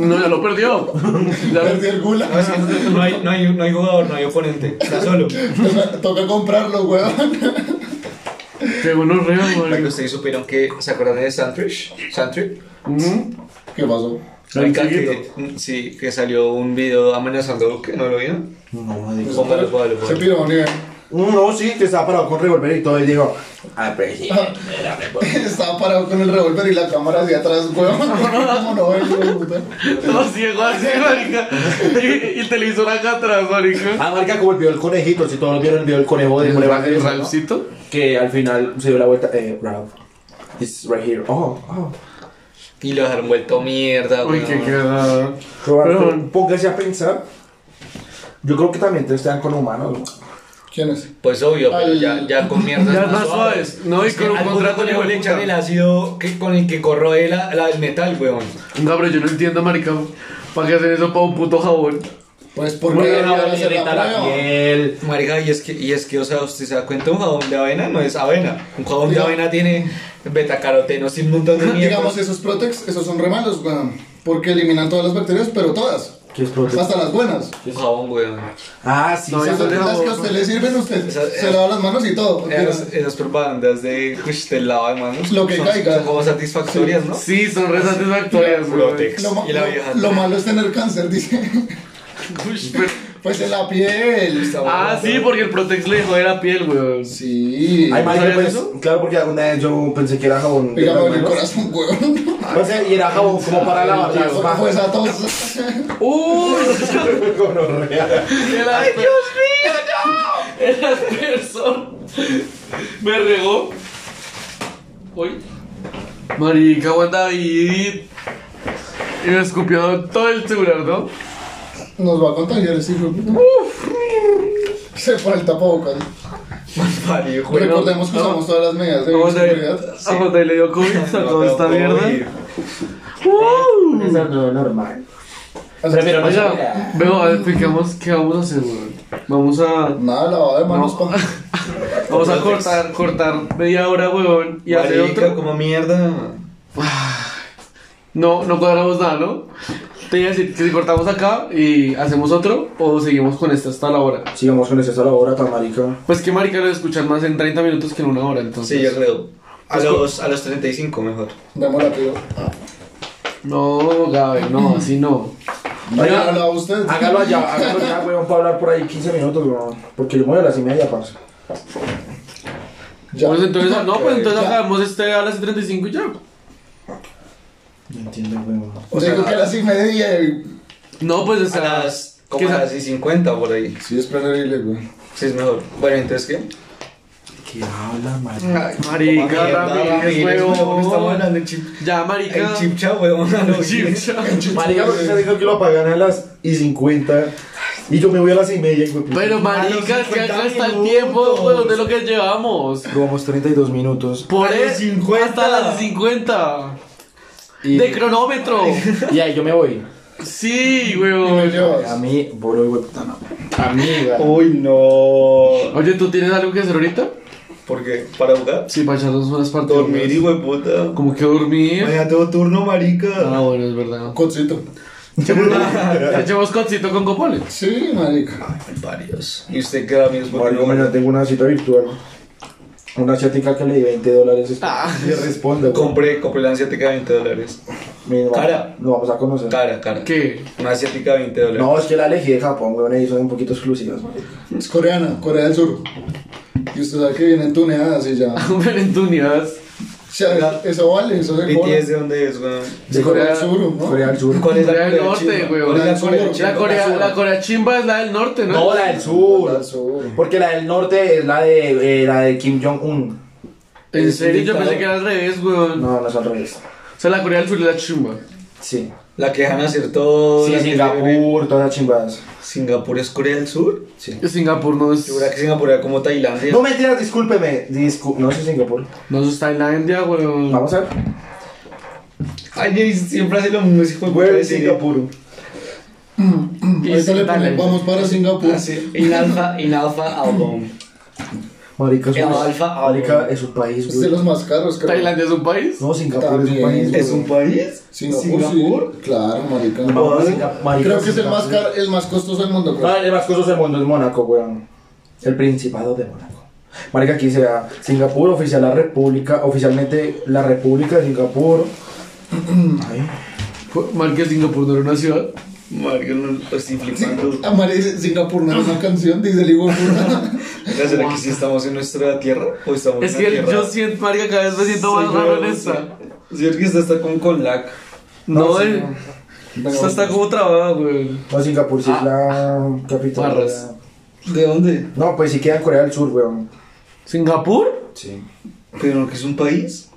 No, ya lo perdió. Ya lo- Perdí el gula. No, es que no hay, no, hay, no hay jugador, no hay oponente. Está solo. Toca- Toca comprarlo, huevón. Qué gonorrea, Para que weón. ustedes supieron que, ¿se acuerdan de Santrish? Santrish. ¿Qué pasó? Marica, que, mm, sí, que salió un video amenazando que no lo vieron. No, marica. Póngalo, póngalo, Se póngalo. piró un nivel. No, sí, que estaba parado con revólver y todo. Y digo, "Ah, pues, Estaba parado con el revólver y la cámara hacia atrás, huevón. ¿Cómo no ves, huevón, puta? Todo ciego así, marica. Y, y el televisor acá atrás, marica. Ah, marca como el video del conejito. Si todos vieron el video del conejo del ¿El Evangelio, ¿no? Ralfcito? Que al final se dio la vuelta. Eh, Ralph. It's right here. Oh, oh. Y lo dejaron vuelto mierda, Uy, qué weón. cagada. Roberto, Pero- póngase a pensar. Yo creo que también te están con humanos. ¿no? ¿Quién es? Pues obvio, pero Al- ya, ya con mierdas Ya más suaves. No, y Es que con un al puto contrato conejo hijo de le echan puta. el ácido que, con el que corroe la, la- el metal, weón. No, pero yo no entiendo, marica. ¿Para qué hacen eso para un puto jabón? Pues porque Bueno, deberían ahora hacer la irrita la prueba. piel. Marica, y es que, y es que, o sea, usted se da cuenta, un jabón de avena no es avena. Un jabón de Diga- avena tiene betacarotenos y un montón de mierda. Digamos, esos Protex, esos son re malos, weón. Porque eliminan todas las bacterias, pero todas. ¿Qué es Protex? Hasta las buenas. Un jabón, weón. Ah, sí, No, sí, yo sí. no- Las que a usted le sirven, usted Esa- se lava las manos y todo. porque Esas, esas propagandas de "Ush, te lava de manos. Lo que son, caiga. Son como satisfactorias, ¿no? Sí, son re satisfactorias, güey. Protex. lo, ma- Y la vieja. lo malo es tener cáncer, dice. Pues en la piel. Ah, sí, porque el Protex le jode la piel, güey. Sí. Ay, marica, ¿Sabías pues, eso? claro, porque alguna vez yo pensé que era jabón. de Pégame las en el manos. corazón, weón. O sea, y era jabón como para lavar las Fue- manos. Pues a todos. ¡Uy! Gonorrea. ¡Ay, Dios mío, no! El aspersor me regó. Uy. Marica, Juan David. Y me escupió todo el celular, ¿no? Nos va a contagiar ese hijo de puta. Se fue el tapabocas. Vale, Bueno, Recordemos que no. usamos todas las medidas de A Juan David, seguridad. a Juan David le dio COVID, sacó esta mierda. ¡Uh! Eso no es normal. Hacer- Oiga, veo, a ver, explicamos qué vamos a hacer, weón. Vamos a. Nada, lavado de manos, pa. Vamos a cortar, cortar media hora, weón, y Y hacer otro. como mierda. No, no cuadramos nada, ¿no? Te iba a decir que si cortamos acá y hacemos otro o seguimos con este hasta la hora. Sigamos con eso a la hora, pa' marica. Pues qué marica lo de escuchar más en 30 minutos que en una hora, entonces. Sí, yo creo. A los, a los 35 mejor. Vemos rápido. No, Gabe, no, así no. Vaya, hablaba usted. Hágalo allá, hágalo allá, weón, para hablar por ahí 15 minutos, weón. Porque yo muero a las y media, parce. Ya. Pues entonces, no, pues entonces Ya. acabamos este a las 35 y ya. No entiendo, weón. O sea, que a las seis y media. y- No, pues o A sea, las, ¿qué como a sa- las 50 por ahí. Sí, es preferible, güey. Sí, es mejor. Bueno, entonces, ¿qué? ¿Qué habla, marica? Marica, Mierda, Ramírez, Ramírez, huevón. huevón, Estamos hablando en chip. ya En marica. chipcha, weón. a los diez. Marica, porque usted dijo que lo pagan a las y 50 y yo me voy a las y media, güey. Pero A marica, los es que acá 50 está el minutos. tiempo, weón, de lo que llevamos. Probamos 32 minutos. Por A los eso, 50. hasta las 50. Y, De cronómetro. y ahí yo me voy. Sí, Y me weón. A llevas. mí, boludo, güey, puta no. Amiga. Uy, no. Oye, ¿tú tienes algo que hacer ahorita? ¿Por qué? ¿Para jugar? Sí, para echarnos unas partidas. Dormir, hijo de puta. Como que dormir. Mañana tengo turno, Ah, marica. bueno, es verdad. Cocito. Echemos concito con copole. Sí, marica. Varios. ¿Y usted qué da amigos? Porque Marico, no- Oh, mañana tengo una cita virtual. Una asiática que le di 20 dólares. Ah. Le respondo, güey. Compré, compré la asiática de 20 dólares. Mi- Cara. Nos vamos a conocer. Cara, cara. ¿Qué? Una asiática de 20 dólares. No, es que la elegí de Japón, weón, y son un poquito exclusivas. marica. Es coreana, Corea del Sur. Y usted sabe que vienen tuneadas y ya. Merentuneadas. O sea, eso vale, eso se cobra. BTS de dónde es, weón. De Corea del Sur, ¿no? Corea del Sur. ¿Cuál es la Corea del Corea Norte, chimba? güey. ¿Cuál es la Corea chimba? La Corea, la Corea chimba es la del norte, ¿no? No, la del sur. La del sur. Porque la del norte es la de, eh, la de Kim Jong-un. En Es un serio, yo dictador. pensé que era al revés, weón. No, no es al revés. O sea, la Corea del Sur es la chimba. Sí. La que dejan hacer todo. Sí, la que tiene- Singapur, todas las chimbadas. Singapur es Corea del Sur. Sí. Y Singapur no es. Yo creo que Singapur era como Tailandia. No mentiras, discúlpeme. Discu no, eso es Singapur. No eso es Tailandia, weón. Ah. Vamos a ver. Ay, y siempre hace lo mismo, ese hijo de puta Güey, de cine. Singapur. Ahorita le Dale. ponemos, vamos para Singapur. Ah, sí. In Alpha, In Alpha Album. Marica, es El un, Alfa, Marica, es un país, Es de güey. oh. los más caros, creo. ¿Tailandia es un país? No, Singapur es un También. país. ¿Es güey. un país? Singapur, sí. Claro, marica. Vamos a Singa- marica, Creo que es el Ah, Singapur. más, caro, el más costoso del mundo, creo. No, el más costoso del mundo es Mónaco, weón. El Principado de Mónaco. Marica, aquí será Singapur, oficial la República, oficialmente la República de Singapur. Ay, Fue- Mal que Singapur no era una ciudad. Mario, no lo estoy flipando. Ah, María dice Singapur no es una canción, dice el hijo de puta. ¿Será que sí estamos en nuestra tierra? ¿O estamos Es en la que tierra? yo siento, marica, cada vez me siento Sí, más raro en yo- esta. sí. Sí, es que esta está como con lag. No, sí, eh. Pero- Esta está como trabada, weón. No, Singapur sí es Ah. la capital. de Barras. la- ¿De dónde? No, pues sí queda en Corea del Sur, weón. ¿Singapur? Sí. ¿Pero que es un país?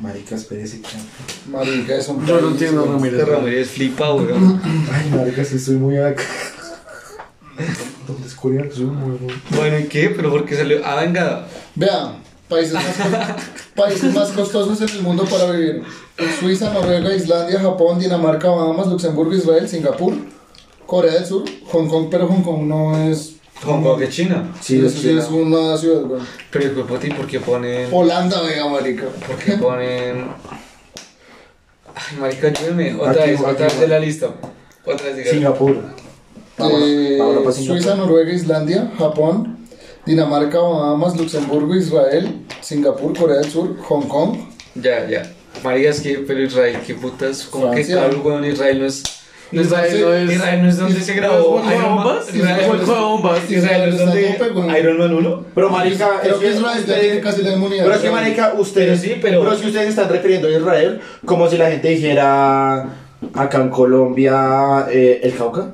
Marica, espérese. que- Marica, es un Yo no país, entiendo, güey. Ramírez. Este Ramírez flipa, weón. Ay, marica, si estoy muy acá. ¿Dónde es Corea que soy muy güey? Bueno, ¿y qué? ¿Pero por qué salió? Ah, venga. Vea, países más, co- países más costosos en el mundo para vivir. Suiza, Noruega, Islandia, Japón, Dinamarca, Bahamas, Luxemburgo, Israel, Singapur, Corea del Sur, Hong Kong, pero Hong Kong no es... Hong Kong es China. Sí, eso es sí es una ciudad, güey. Pero el cuerpo, ¿por qué ponen.? Holanda, vea, marica. ¿Por qué ponen.? Ay, marica, ayúdeme. Otra Aquí, vez, otra aquí, vez de la lista. Otra vez, diga. Singapur. Vámonos, Eh, vámonos pa' Singapur. Suiza, Noruega, Islandia, Japón, Dinamarca, Bahamas, Luxemburgo, Israel, Singapur, Corea del Sur, Hong Kong, Ya, ya. María, es que, pero Israel, qué putas, como que Francia. claro, weón, Israel no es. No es Israel donde- no es- Israel no es donde se grabó. ¿Fue el juego de bombas? ¿Fue Israel no el es- juego de bombas? Israel no Israel es está donde. tope, Iron Man 1. Pero marica, Creo es que Israel ya tiene casi la inmunidad. Pero es que marica, ustedes Pero sí, pero- es que ustedes están refiriendo a Israel como si la gente dijera acá en Colombia eh, el Cauca.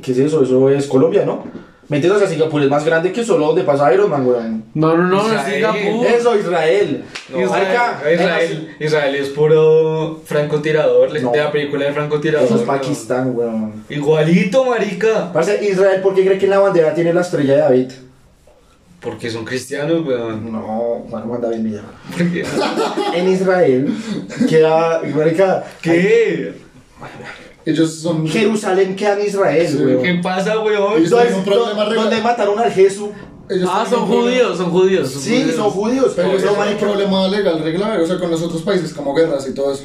¿Qué es eso? Eso es Colombia, ¿no? ¿Me entiendes? O sea, Singapur es más grande que solo donde pasa Iron Man, weón. No, no, no, es Israel. Singapur. Eso, Israel. No, Marica, Israel, Israel, Israel es puro francotirador, le- No. de la película de francotirador. Eso es weón. Pakistán, weón. Igualito, marica. Parce, Israel, ¿por qué cree que en la bandera tiene la estrella de David? Porque son cristianos, weón. No, Juan David Villa. Porque- En Israel queda, marica, ¿Qué? Ellos son... Jerusalén queda en Israel, Sí, weón. ¿Qué pasa, weón? Ellos tienen un problema ¿Dónde, regal. mataron al Jesús? ellos Ah, tienen son un problema- judíos, son judíos. son Sí, judíos. son judíos, Pero pero eso no no hay marica. problema legal reglado, o sea, con los otros países, como guerras y todo eso.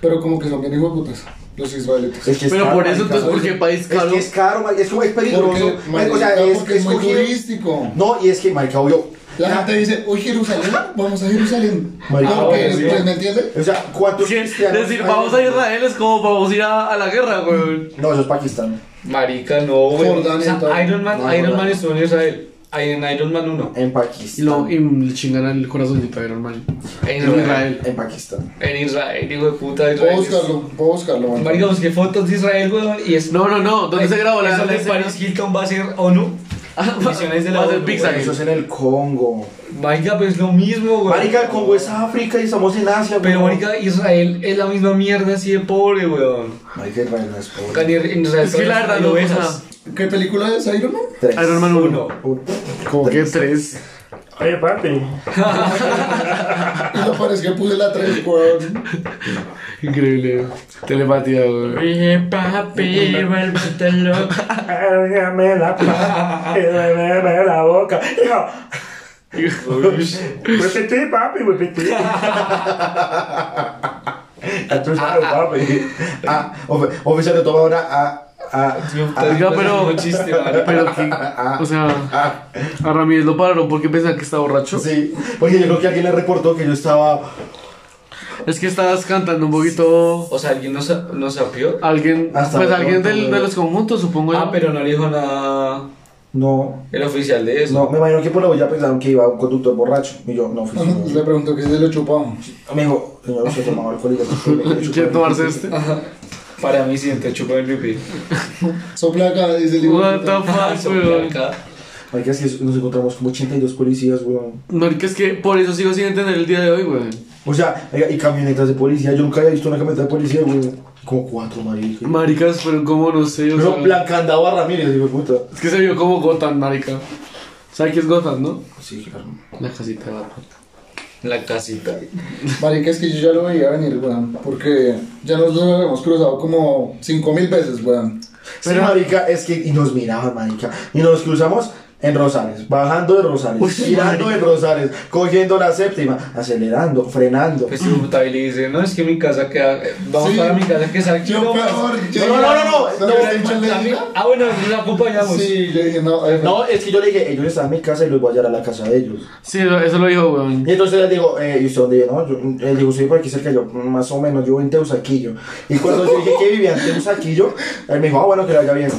Pero como que son bien hijos putas, los israelitas. Es que es Pero caro, por eso, marica. entonces, ¿por qué país Es caro? que es caro, marica, es como es peligroso. Porque, marica, o sea, marica, es, porque es muy cogido- turístico. No, y es que, marica, obvio. La gente dice, hoy Jerusalén, vamos a Jerusalén. Marica, Como que, bueno, sí. pues, ¿me entiendes? O sea, ¿cuántos Sí, cristianos? decir, hay? vamos a Israel es como vamos a ir a, a la guerra, güey. No, eso es Pakistán. Marica, no, weón. Jordania, O sea, entonces. Iron Man, No, Iron Man Jordania. estuvo en Israel. Ahí En Iron Man 1. En Y, Pakistán. lo, y le chingan el corazoncito a Iron Man. En En Israel. Israel. En Pakistán. En Israel, hijo de puta, Puedo Israel. es- buscarlo, puedo buscarlo. marica. Marica, busqué fotos de Israel, weón. Y es. No, no, no. ¿Dónde se grabó la Eso de escena? Paris Hilton va a ser ONU. Ah, va- Misiones de la va a ser ONU, Pixar. güey. Eso es en el Congo. Marica, pues es lo mismo, weón. Marica, el Congo es África y estamos en Asia, Pero, weón. marica, Israel es la misma mierda así de pobre, weón. Marica, Israel no es pobre. En Israel Es que la verdad hay no ovejas. ¿Qué película es Iron Man? Tres. Iron Man Uno. 1. Uno. Como que tres. Oye, papi. Y lo parece que puse la 3, weón. Increíble. Telepatía, güey. Oye, papi, vuélvete loco. Dame la paz y duérmeme la boca. Hijo. Repetí, papi, repetí. Ah, tú sabes, papi. Ah, ofe- oficial de todo ahora. Ah, ah, Oiga, pero- Un chiste, marica. Pero que, o sea, ah. a Ramírez lo pararon porque pensaba que estaba borracho. Sí. Oye, yo creo que alguien le reportó que yo estaba. Es que estabas cantando un poquito. O sea, alguien nos, nos apió. Alguien, Hasta pues de alguien pronto, del- de güey. los conjuntos, supongo Ah, yo. pero no le dijo nada No. el oficial de eso. No, me imagino que por la huella pensaron que iba un conductor borracho. Y yo, no, fui yo. Le pregunto que si se lo chupamos. Me dijo, señor, usted tomaba alcohol y le gustó, le gustó. ¿Quiere tomarse este? Ah, Para mí siento chupa en pipí. Sopla acá, dice el hijo de What puta. the fuck, Ah, weón. Marica, es que nos encontramos como 82 policías, weón. Marica, es que por eso sigo sin entender el día de hoy, güey. O sea, oiga, y camionetas de policía. Yo nunca había visto una camioneta de policía, weón. Como cuatro, marica. Maricas fueron como, no sé, o Pero sea, Blanca andaba Ramírez, digo, puta. Es que se vio como Gotham, marica. ¿Sabes qué es Gotham, no? Sí, claro. La casita de Batman. La casita. Marica, es que yo ya lo veía venir, weón. Porque ya nos lo habíamos cruzado como 5000 veces, weón. Sí, marica, es que y nos miraban, marica. Y nos cruzamos en Rosales, bajando de Rosales, girando en Rosales, cogiendo la séptima, acelerando, frenando. Pues su puta y le dice, no, es que mi casa queda. eh, Vamos Sí. para mi casa que es aquí. Yo no, peor. yo no, no, iba- no, no, no, le no, hubiera dicho el de también- Lina? Ah, bueno, nos acompañamos. Sí, yo dije, no, eh, No, es que yo le dije, ellos están en mi casa y los voy a llevar a la casa de ellos. Sí, eso, eso lo dijo, weón. Y entonces le digo, eh, ¿y usted dónde vive? No, yo, él dijo, soy por aquí cerca, yo, "Mm, más o menos, yo vivo en Teusaquillo. Y cuando yo dije que vivía en Teusaquillo, él me dijo, ah, bueno, que le vaya bien.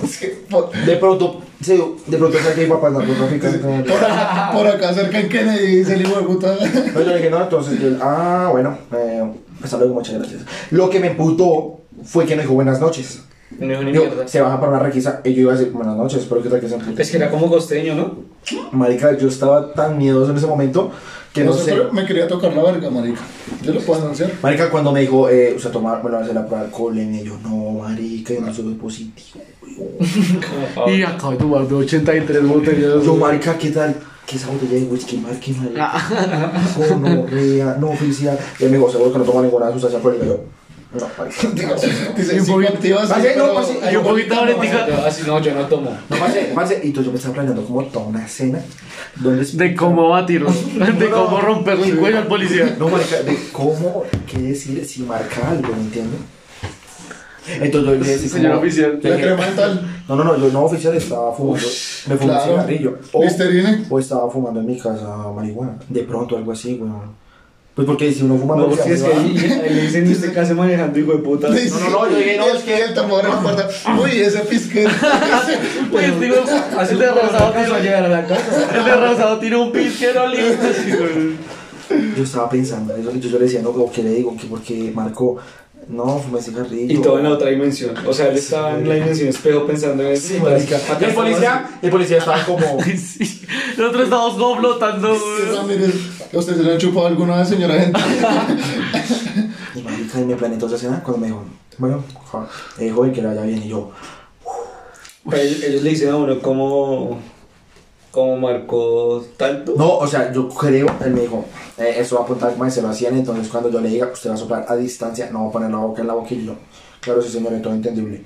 Por, De pronto, sí, de pronto saqué mi papá narcotraficante. por acá, por acá cerca en Kennedy, dice el hijo de puta. No, yo le dije, no, entonces, yo, pues, ah, bueno, eh, hasta luego, muchas gracias. Lo que me emputó fue que me dijo buenas noches. No dijo ni Digo, mierda. se baja para una requisa y yo iba a decir, buenas noches, espero que te requisen. Es que era como costeño, ¿no? Marica, yo estaba tan miedoso en ese momento que no sé, sé. pero me quería tocar la verga, marica. Yo lo puedo anunciar. Marica, cuando me dijo, eh, usted tomar, bueno, hacer la prueba de alcohol, y yo, no, marica, yo no soy positivo. Y acabo de tomar 83 botellas. Yo, marica, ¿qué tal? ¿Qué esa botella de whisky, marica, marica? Gonorrea, no oficial. Y él me dijo, seguro que no toma ninguna sustancia alcohólica. Y yo, no, marica. Dice, un poquito- psicoactivas, sí, Vaya, no, pero- pues sí, Y un poquito ahorita Yo, así no, yo no tomo. No, parce, parce, y entonces yo me estaba planeando como toda una cena donde de cómo batirlos, de cómo romperle el cuello al policía. No, marica, de cómo, qué decir, si marca algo, ¿me entiendes? Entonces yo le decía, Señor oficial. La crema dental. No, no, no, yo no oficial estaba fumando, me fumé claro. un cigarrillo. Oh. O, Listerine. o estaba fumando en mi casa marihuana, de pronto algo así, güey. Pues porque si uno fuma marihuana, ahí ahí le dicen, ¿y usted qué hace manejando, hijo de puta? No, no, no, yo dije, no, es que el tambor en la puerta. Uy, ese pisquero. Pues digo, Hace el un de rosado rosado alcanzó a tiene llegar a la casa. el de rosado tiene un pisquero listo. así, güey. yo estaba pensando, eso, yo, yo le decía, no, como que le digo, que porque marcó, no, fumé cigarrillo. Y todo en la otra dimensión. O sea, él estaba en la dimensión espejo pensando en eso. Sí, pues, marica. Ah. Y el policía, el policía estaba como... Sí. Nosotros estamos como flotando. güey. ¿Ustedes se lo han chupado alguna vez, señora gente? Y marica, y me planeé toda esa cena cuando me dijo, bueno, ja, eh, joven, que le vaya bien. Y yo, Pero Pues, ellos, ellos le dicen a uno cómo, cómo marcó tanto. no, o sea, yo creo, él me dijo, eh, eso va a apuntar más, se lo hacían, entonces cuando yo le diga, usted va a soplar a distancia, no va a poner la boca en la boca y yo, claro, sí señor, todo entendible.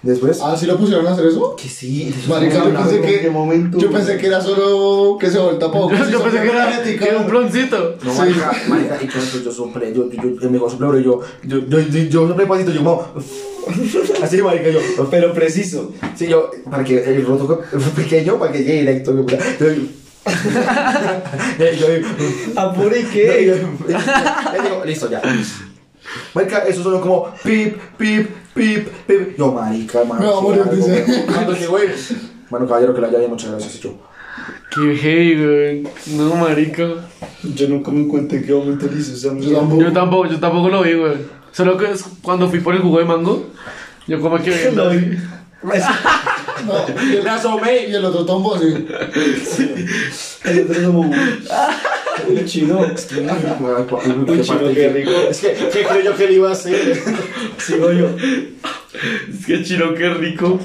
Después, Ah, ¿sí lo pusieron a hacer eso? que sí, eso Marica, fue yo una- pensé que. yo pensé que era solo que se volta poco. Yo, yo pensé que era, que era un ploncito. No, marica, marica, y entonces yo soplé, yo, yo, yo, él me dijo, soplé, pero yo, yo, yo, yo, yo soplé pasito, yo, como, así, marica, yo, Pero preciso. sí, yo, para que el roto fue pequeño, para que llegue directo, yo, yo, yo, yo ¿Apure Ya, qué? ya, ya digo, listo, ya. Marica, eso sonó como pip, pip, pip, pip. Yo, marica, hermano. Me va a sí, morir, algo, dice. güey. Cuando llegó él, Bueno, caballero, que la haya bien, muchas gracias. Y yo, Qué heavy, güey. No, marica. Yo nunca me encontré en qué momento le hice esa Yo tampoco. Yo tampoco, yo tampoco lo vi, güey. Solo que es cuando fui por el jugo de mango, yo como que vi. Lo vi. No, y, el, me asomé. y el otro tombo así. El otro es como. El chino. Un chino, qué rico. Es que, ¿qué creo yo que le iba a hacer? Sigo yo. Es que chino, qué rico.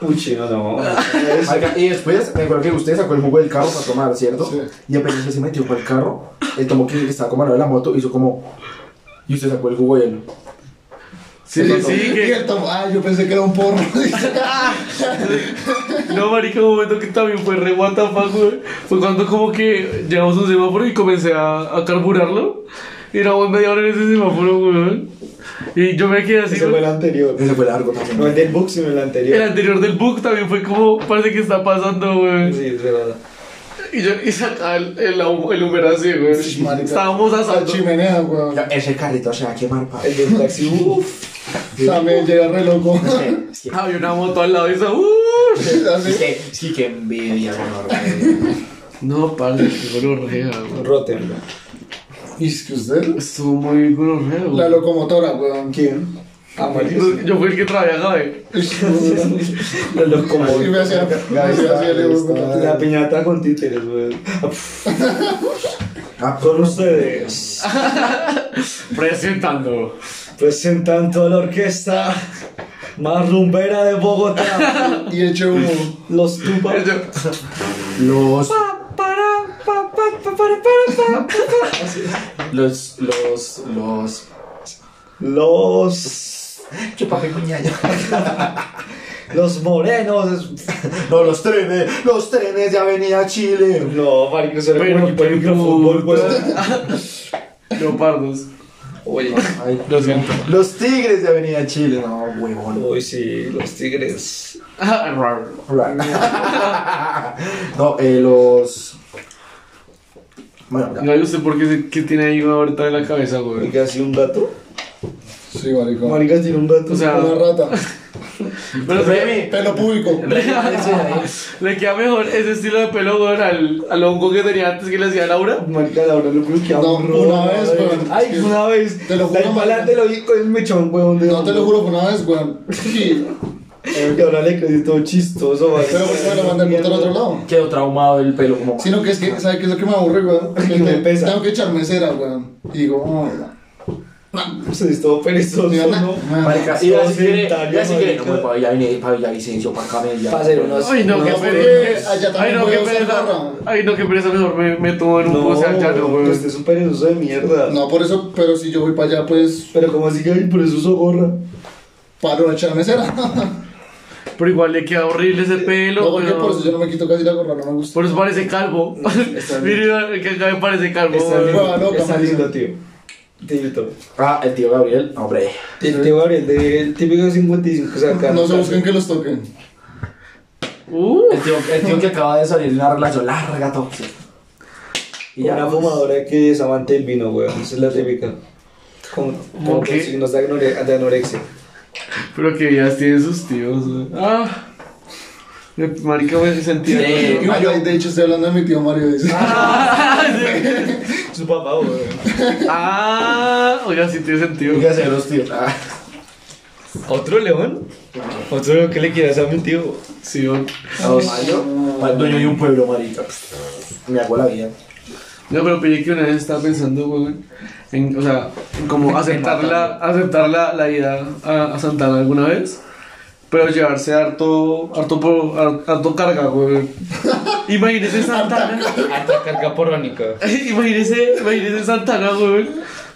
Un chino, no. Marica, y después, me acuerdo que usted sacó el jugo del carro para tomar, ¿cierto? Sí. Y apenas se metió para el carro, él tomó que estaba como al lado de la moto, hizo como. Y usted sacó el jugo y él. Sí, sí, sí. Y el Que, tombo. Ah, yo pensé que era un porro. dice. no, marica, un momento que también fue re what the fuck, güey. Fue cuando como que llegamos a un semáforo y comencé a, a carburarlo. Y era buen media hora en ese semáforo, güey. Y yo me quedé así, Ese güey. fue el anterior. Ese fue largo también. No el del book, sino el El anterior. anterior del book también fue como, parece que está pasando, güey. Sí, es verdad. Y yo, y sacaba el, el, au- el Uber así, güey. marica. Estábamos La asando. chimenea, weón. Ese carrito se va a quemar, pa. El del taxi. Uff. También llega re loco. Es que- Había una moto al lado y esa, "Uh". Es Así. que, sí, que envidia, bueno, No, parce, qué gonorrea, güey. Rotten. Y es que usted. Estuvo muy gonorrea, La güey. pues, locomotora, weón. ¿Quién? Ah, Amarillo. Yo fui el que trabajaba, güey. Los Y me locomotivos. hacía. Me hacía así, le digo, como- La piñata con títeres, güey. Ah, Con ustedes. Presentando. Presentan toda la orquesta más rumbera de Bogotá. Y eché humo. Los Tupac. Yo, Los. Los. Los. Los. Los. Chupape cuñaño. Los morenos. No, los trenes. Los trenes de Avenida Chile. No, marico, se Pero le qué pone microfútbol, güey. leopardos. Oye. Ay, Lo siento. los tigres de Avenida Chile. No, huevón. Uy, sí, los tigres. Ah, raro. No, eh, los. Bueno, ya. No, yo sé por qué, se- qué tiene ahí una ahorita en la cabeza, güey. Marica, ¿sí un gato? Sí, marico. Marica, tiene un gato. O sea, Una rata. Pero Remy, Pelo público. le queda mejor ese estilo de pelo, weón, al, al hongo que tenía antes que le hacía Laura. Marica, Laura, lo creo que No, aburro, una vez, madre. weón. Ay, una vez. Te lo juro, La empalada te lo vi con el mechón, weón. de No te lo juro por una vez, weón. Sí. Eh, Que ahora le creí todo chistoso, madre. Pero por eso me lo mandé al puto al otro lado. quedó traumado el pelo como. Sino que es que, ¿sabes qué es lo que me aburre, weón? Que Que me te- pesa. Tengo que echarme cera, weón. Y digo, oh, weón. Se todo Pues, perezoso, Digo, nah, ¿no? nah, Marica, Todo y así que, sedentario, y así que, marica. no, pues, para allá viene, para Villavicencio, para Camelia. Para hacer unos. Ay, no, qué porque pereza. allá Ay, también no, qué puede usar pereza. gorra. Ay, no, qué pereza. Mejor me, me tomo en un No, pose al llano, weón, weón. pues, Este es un perezoso de mierda. No, por eso, pero si yo voy para allá, pues Pero como así que, ay, perezoso gorra. paro de echarme cera. Pero igual le queda horrible ese pelo, No, porque weón. por eso yo no me quito casi la gorra, no me gusta. Por eso parece calvo. está bien. Mira, que acá me parece calvo, Está weón. Bueno, lindo, loca, está marica. lindo, tío. Tío. Ah, el tío Gabriel, hombre. El tío Gabriel, de- el típico 55 saca. No se busquen que los toquen. Uh. El tío, el tío que acaba de salir de una relación larga, tóxica. Y ya, Una pues, fumadora que es amante del vino, weón. Esa es la típica. Con, con qué? signos de, anore- de anorexia. Pero que ya tienen sus tíos, weón. Ah. Me- Marica, me sentía. Sí. weón. Ay, Ah. de hecho, estoy hablando de mi tío Mario. Dice. Su papá, weón. Ah, oiga, sí tiene sentido. ¿qué hacer los tíos? Ah, ¿Otro león? ¿Otro león que le quieras a mi tío? Sí, weón. a don Mario, pa- dueño de un pueblo, marica. Me hago la vida. No, pero pillé que una vez estaba pensando, weón, en, o sea, en como aceptar la, aceptar la, la ida a, a Santana alguna vez, pero llevarse harto, harto, pro- har- harto carga, weón. Imagínese Santana, Hasta carga porrónica. imagínese, imagínese Santana, weón.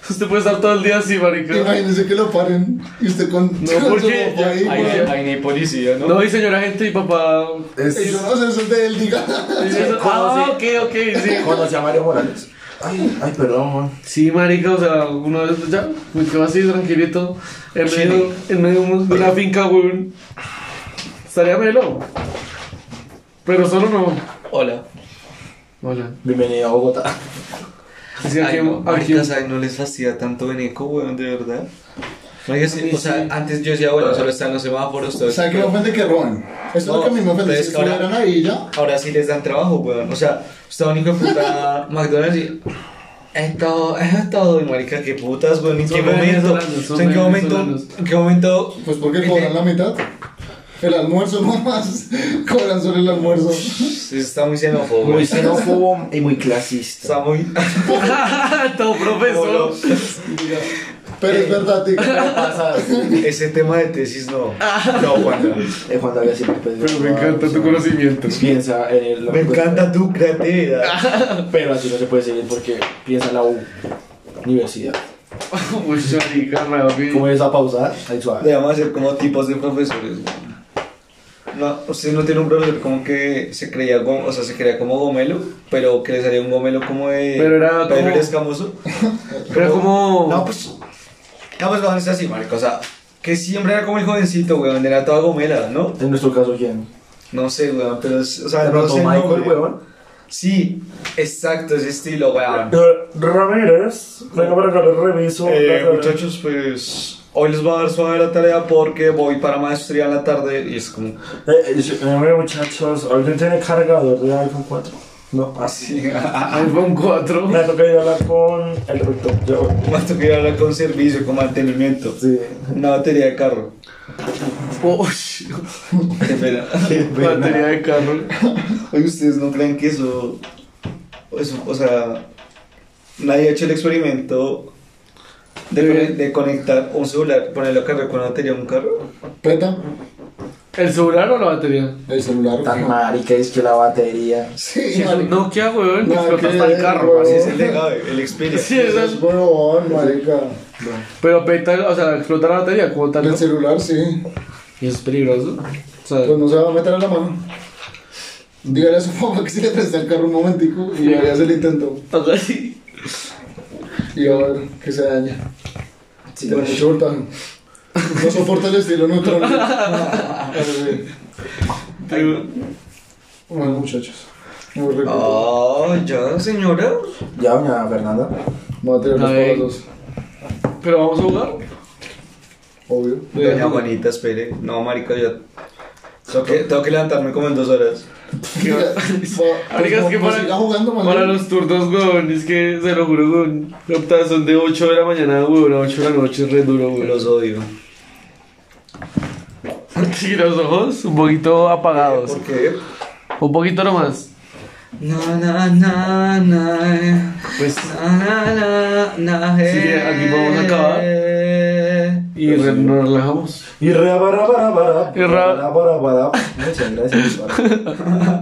Usted puede estar todo el día así, marica. Imagínese que lo paren y usted con. No, porque con su papá ahí, ya- ahí- weón. Ahí no hay policía, No, y señora gente, mi papá... Y yo no sé, eso es de él, diga. dice eso. Ah, ok, ok, sí. Conocí a Mario Morales. Ay, ay, perdón, man. Sí, marica, o sea, uno de esos ya, me quedo así tranquilito, en medio, en medio de un- de una finca, weón. Estaría melo. Pero solo no. Hola. Hola. Bienvenido a Bogotá. Así que aquí, Ay, no, aquí- maricas, ay, no les fastidia tanto Beneco, weón, de verdad. Marica, sí, Ah. o sea, antes yo decía, bueno, solo están los semáforos, todo O eso, sea, que me pero ofende que roben. Eso es lo No, que a mí me ofende. pero es Si que ahora- estuvieran ahí ya. ahora sí les dan trabajo, weón. O sea, está un hijo de puta McDonald's y... Es todo, es todo, y marica, qué putas, weón, ¿en Son qué momento? venezolanos, son O sea, ¿En qué momento? venezolanos. ¿En qué momento? Pues porque cobran la mitad. El almuerzo nomás. Cobran solo el almuerzo. Sí, Está muy xenófobo, Muy weón. xenófobo y muy clasista. Está muy... Todo profesor. Pero es verdad, diga. Ese tema de tesis no, no aguanta. Eh, Juan David siempre pues, Pero me encanta tu ah, conocimiento. Piensa en el. Me encanta tu creatividad. Pero así no se puede seguir porque piensa en la U- universidad. Uy, marica, me va bien. Como esa pausa, ahí suave. Debemos hacer como tipos de profesores. güey. No, usted no tiene un profesor como que se creía, go- o sea, se creía como gomelo, pero que le salía un gomelo como de Pero era Pedro como- el Escamoso. Pero como. No, pues, Campos Gabón es así, marico, o sea, que siempre era como el jovencito, weón, era toda gomela, ¿no? En nuestro caso, ¿quién? No sé, weón, pero, es- Ah, o sea, De no pronto sé el Michael, nombre. huevón. Sí, exacto, ese estilo, weón. R- Ramírez, venga para acá, le reviso. Eh, la- muchachos, pues hoy les voy a dar suave la tarea porque voy para maestría en la tarde y es como Eh, eh, sí, eh, muchachos, ¿alguien tiene cargador de iPhone 4? No, así. así. iPhone 4. Me toca ir a hablar con el rector. Yo me tengo que ir a hablar con servicio, con mantenimiento. Sí. Una batería de carro. Uy, Qué pena. batería de carro. Oye, ustedes no creen que eso, eso. O sea, nadie ha hecho el experimento de, cone- de conectar un celular, ponerlo a cargar con una batería a un carro. Preta. ¿El celular o la batería? El celular. Tan marica es que la batería. Sí, marica. No, ¿qué hago, weón? Que No, explota que- hasta el carro. Así es el legado, el Xperia. Sí, o sea, Es huevón, marica. Pero peta, o sea, explota la batería como tal. ¿no? El celular, sí. Y eso es peligroso. O sea, Pues no se va a meter a la mano. Dígale a su papá que se le presta el carro un momentico y harías el intento. algo así. Y a ver que se daña. Tiene mucho voltaje. No soporta el estilo neutral. Bueno, Mm. muchachos. Muy rico. todo. Ah, ya, señora. Ya, doña Fernanda. Voy a tirar los A ver. palos dos. Pero vamos a jugar. obvio. Doña Juanita, espere. No, marica, yo. Tengo que, tengo que levantarme como en dos horas. Mira, va- Marica, es pues, que pues, para, siga jugando, man. para los turnos, weón, es que se lo juro, weón. Opta, son de 8 de la mañana, weón, a 8 de la noche, es re duro, weón. Los odio. Sí, los ojos un poquito apagados. ¿Por qué? Un poquito nomás. Na, na, na, na. Pues, Na, na, na, na, Así que aquí podemos acabar. y re- nos relajamos. Y ra, bara, bara, bara, Y ra- bara, bara, bara. Muchas gracias.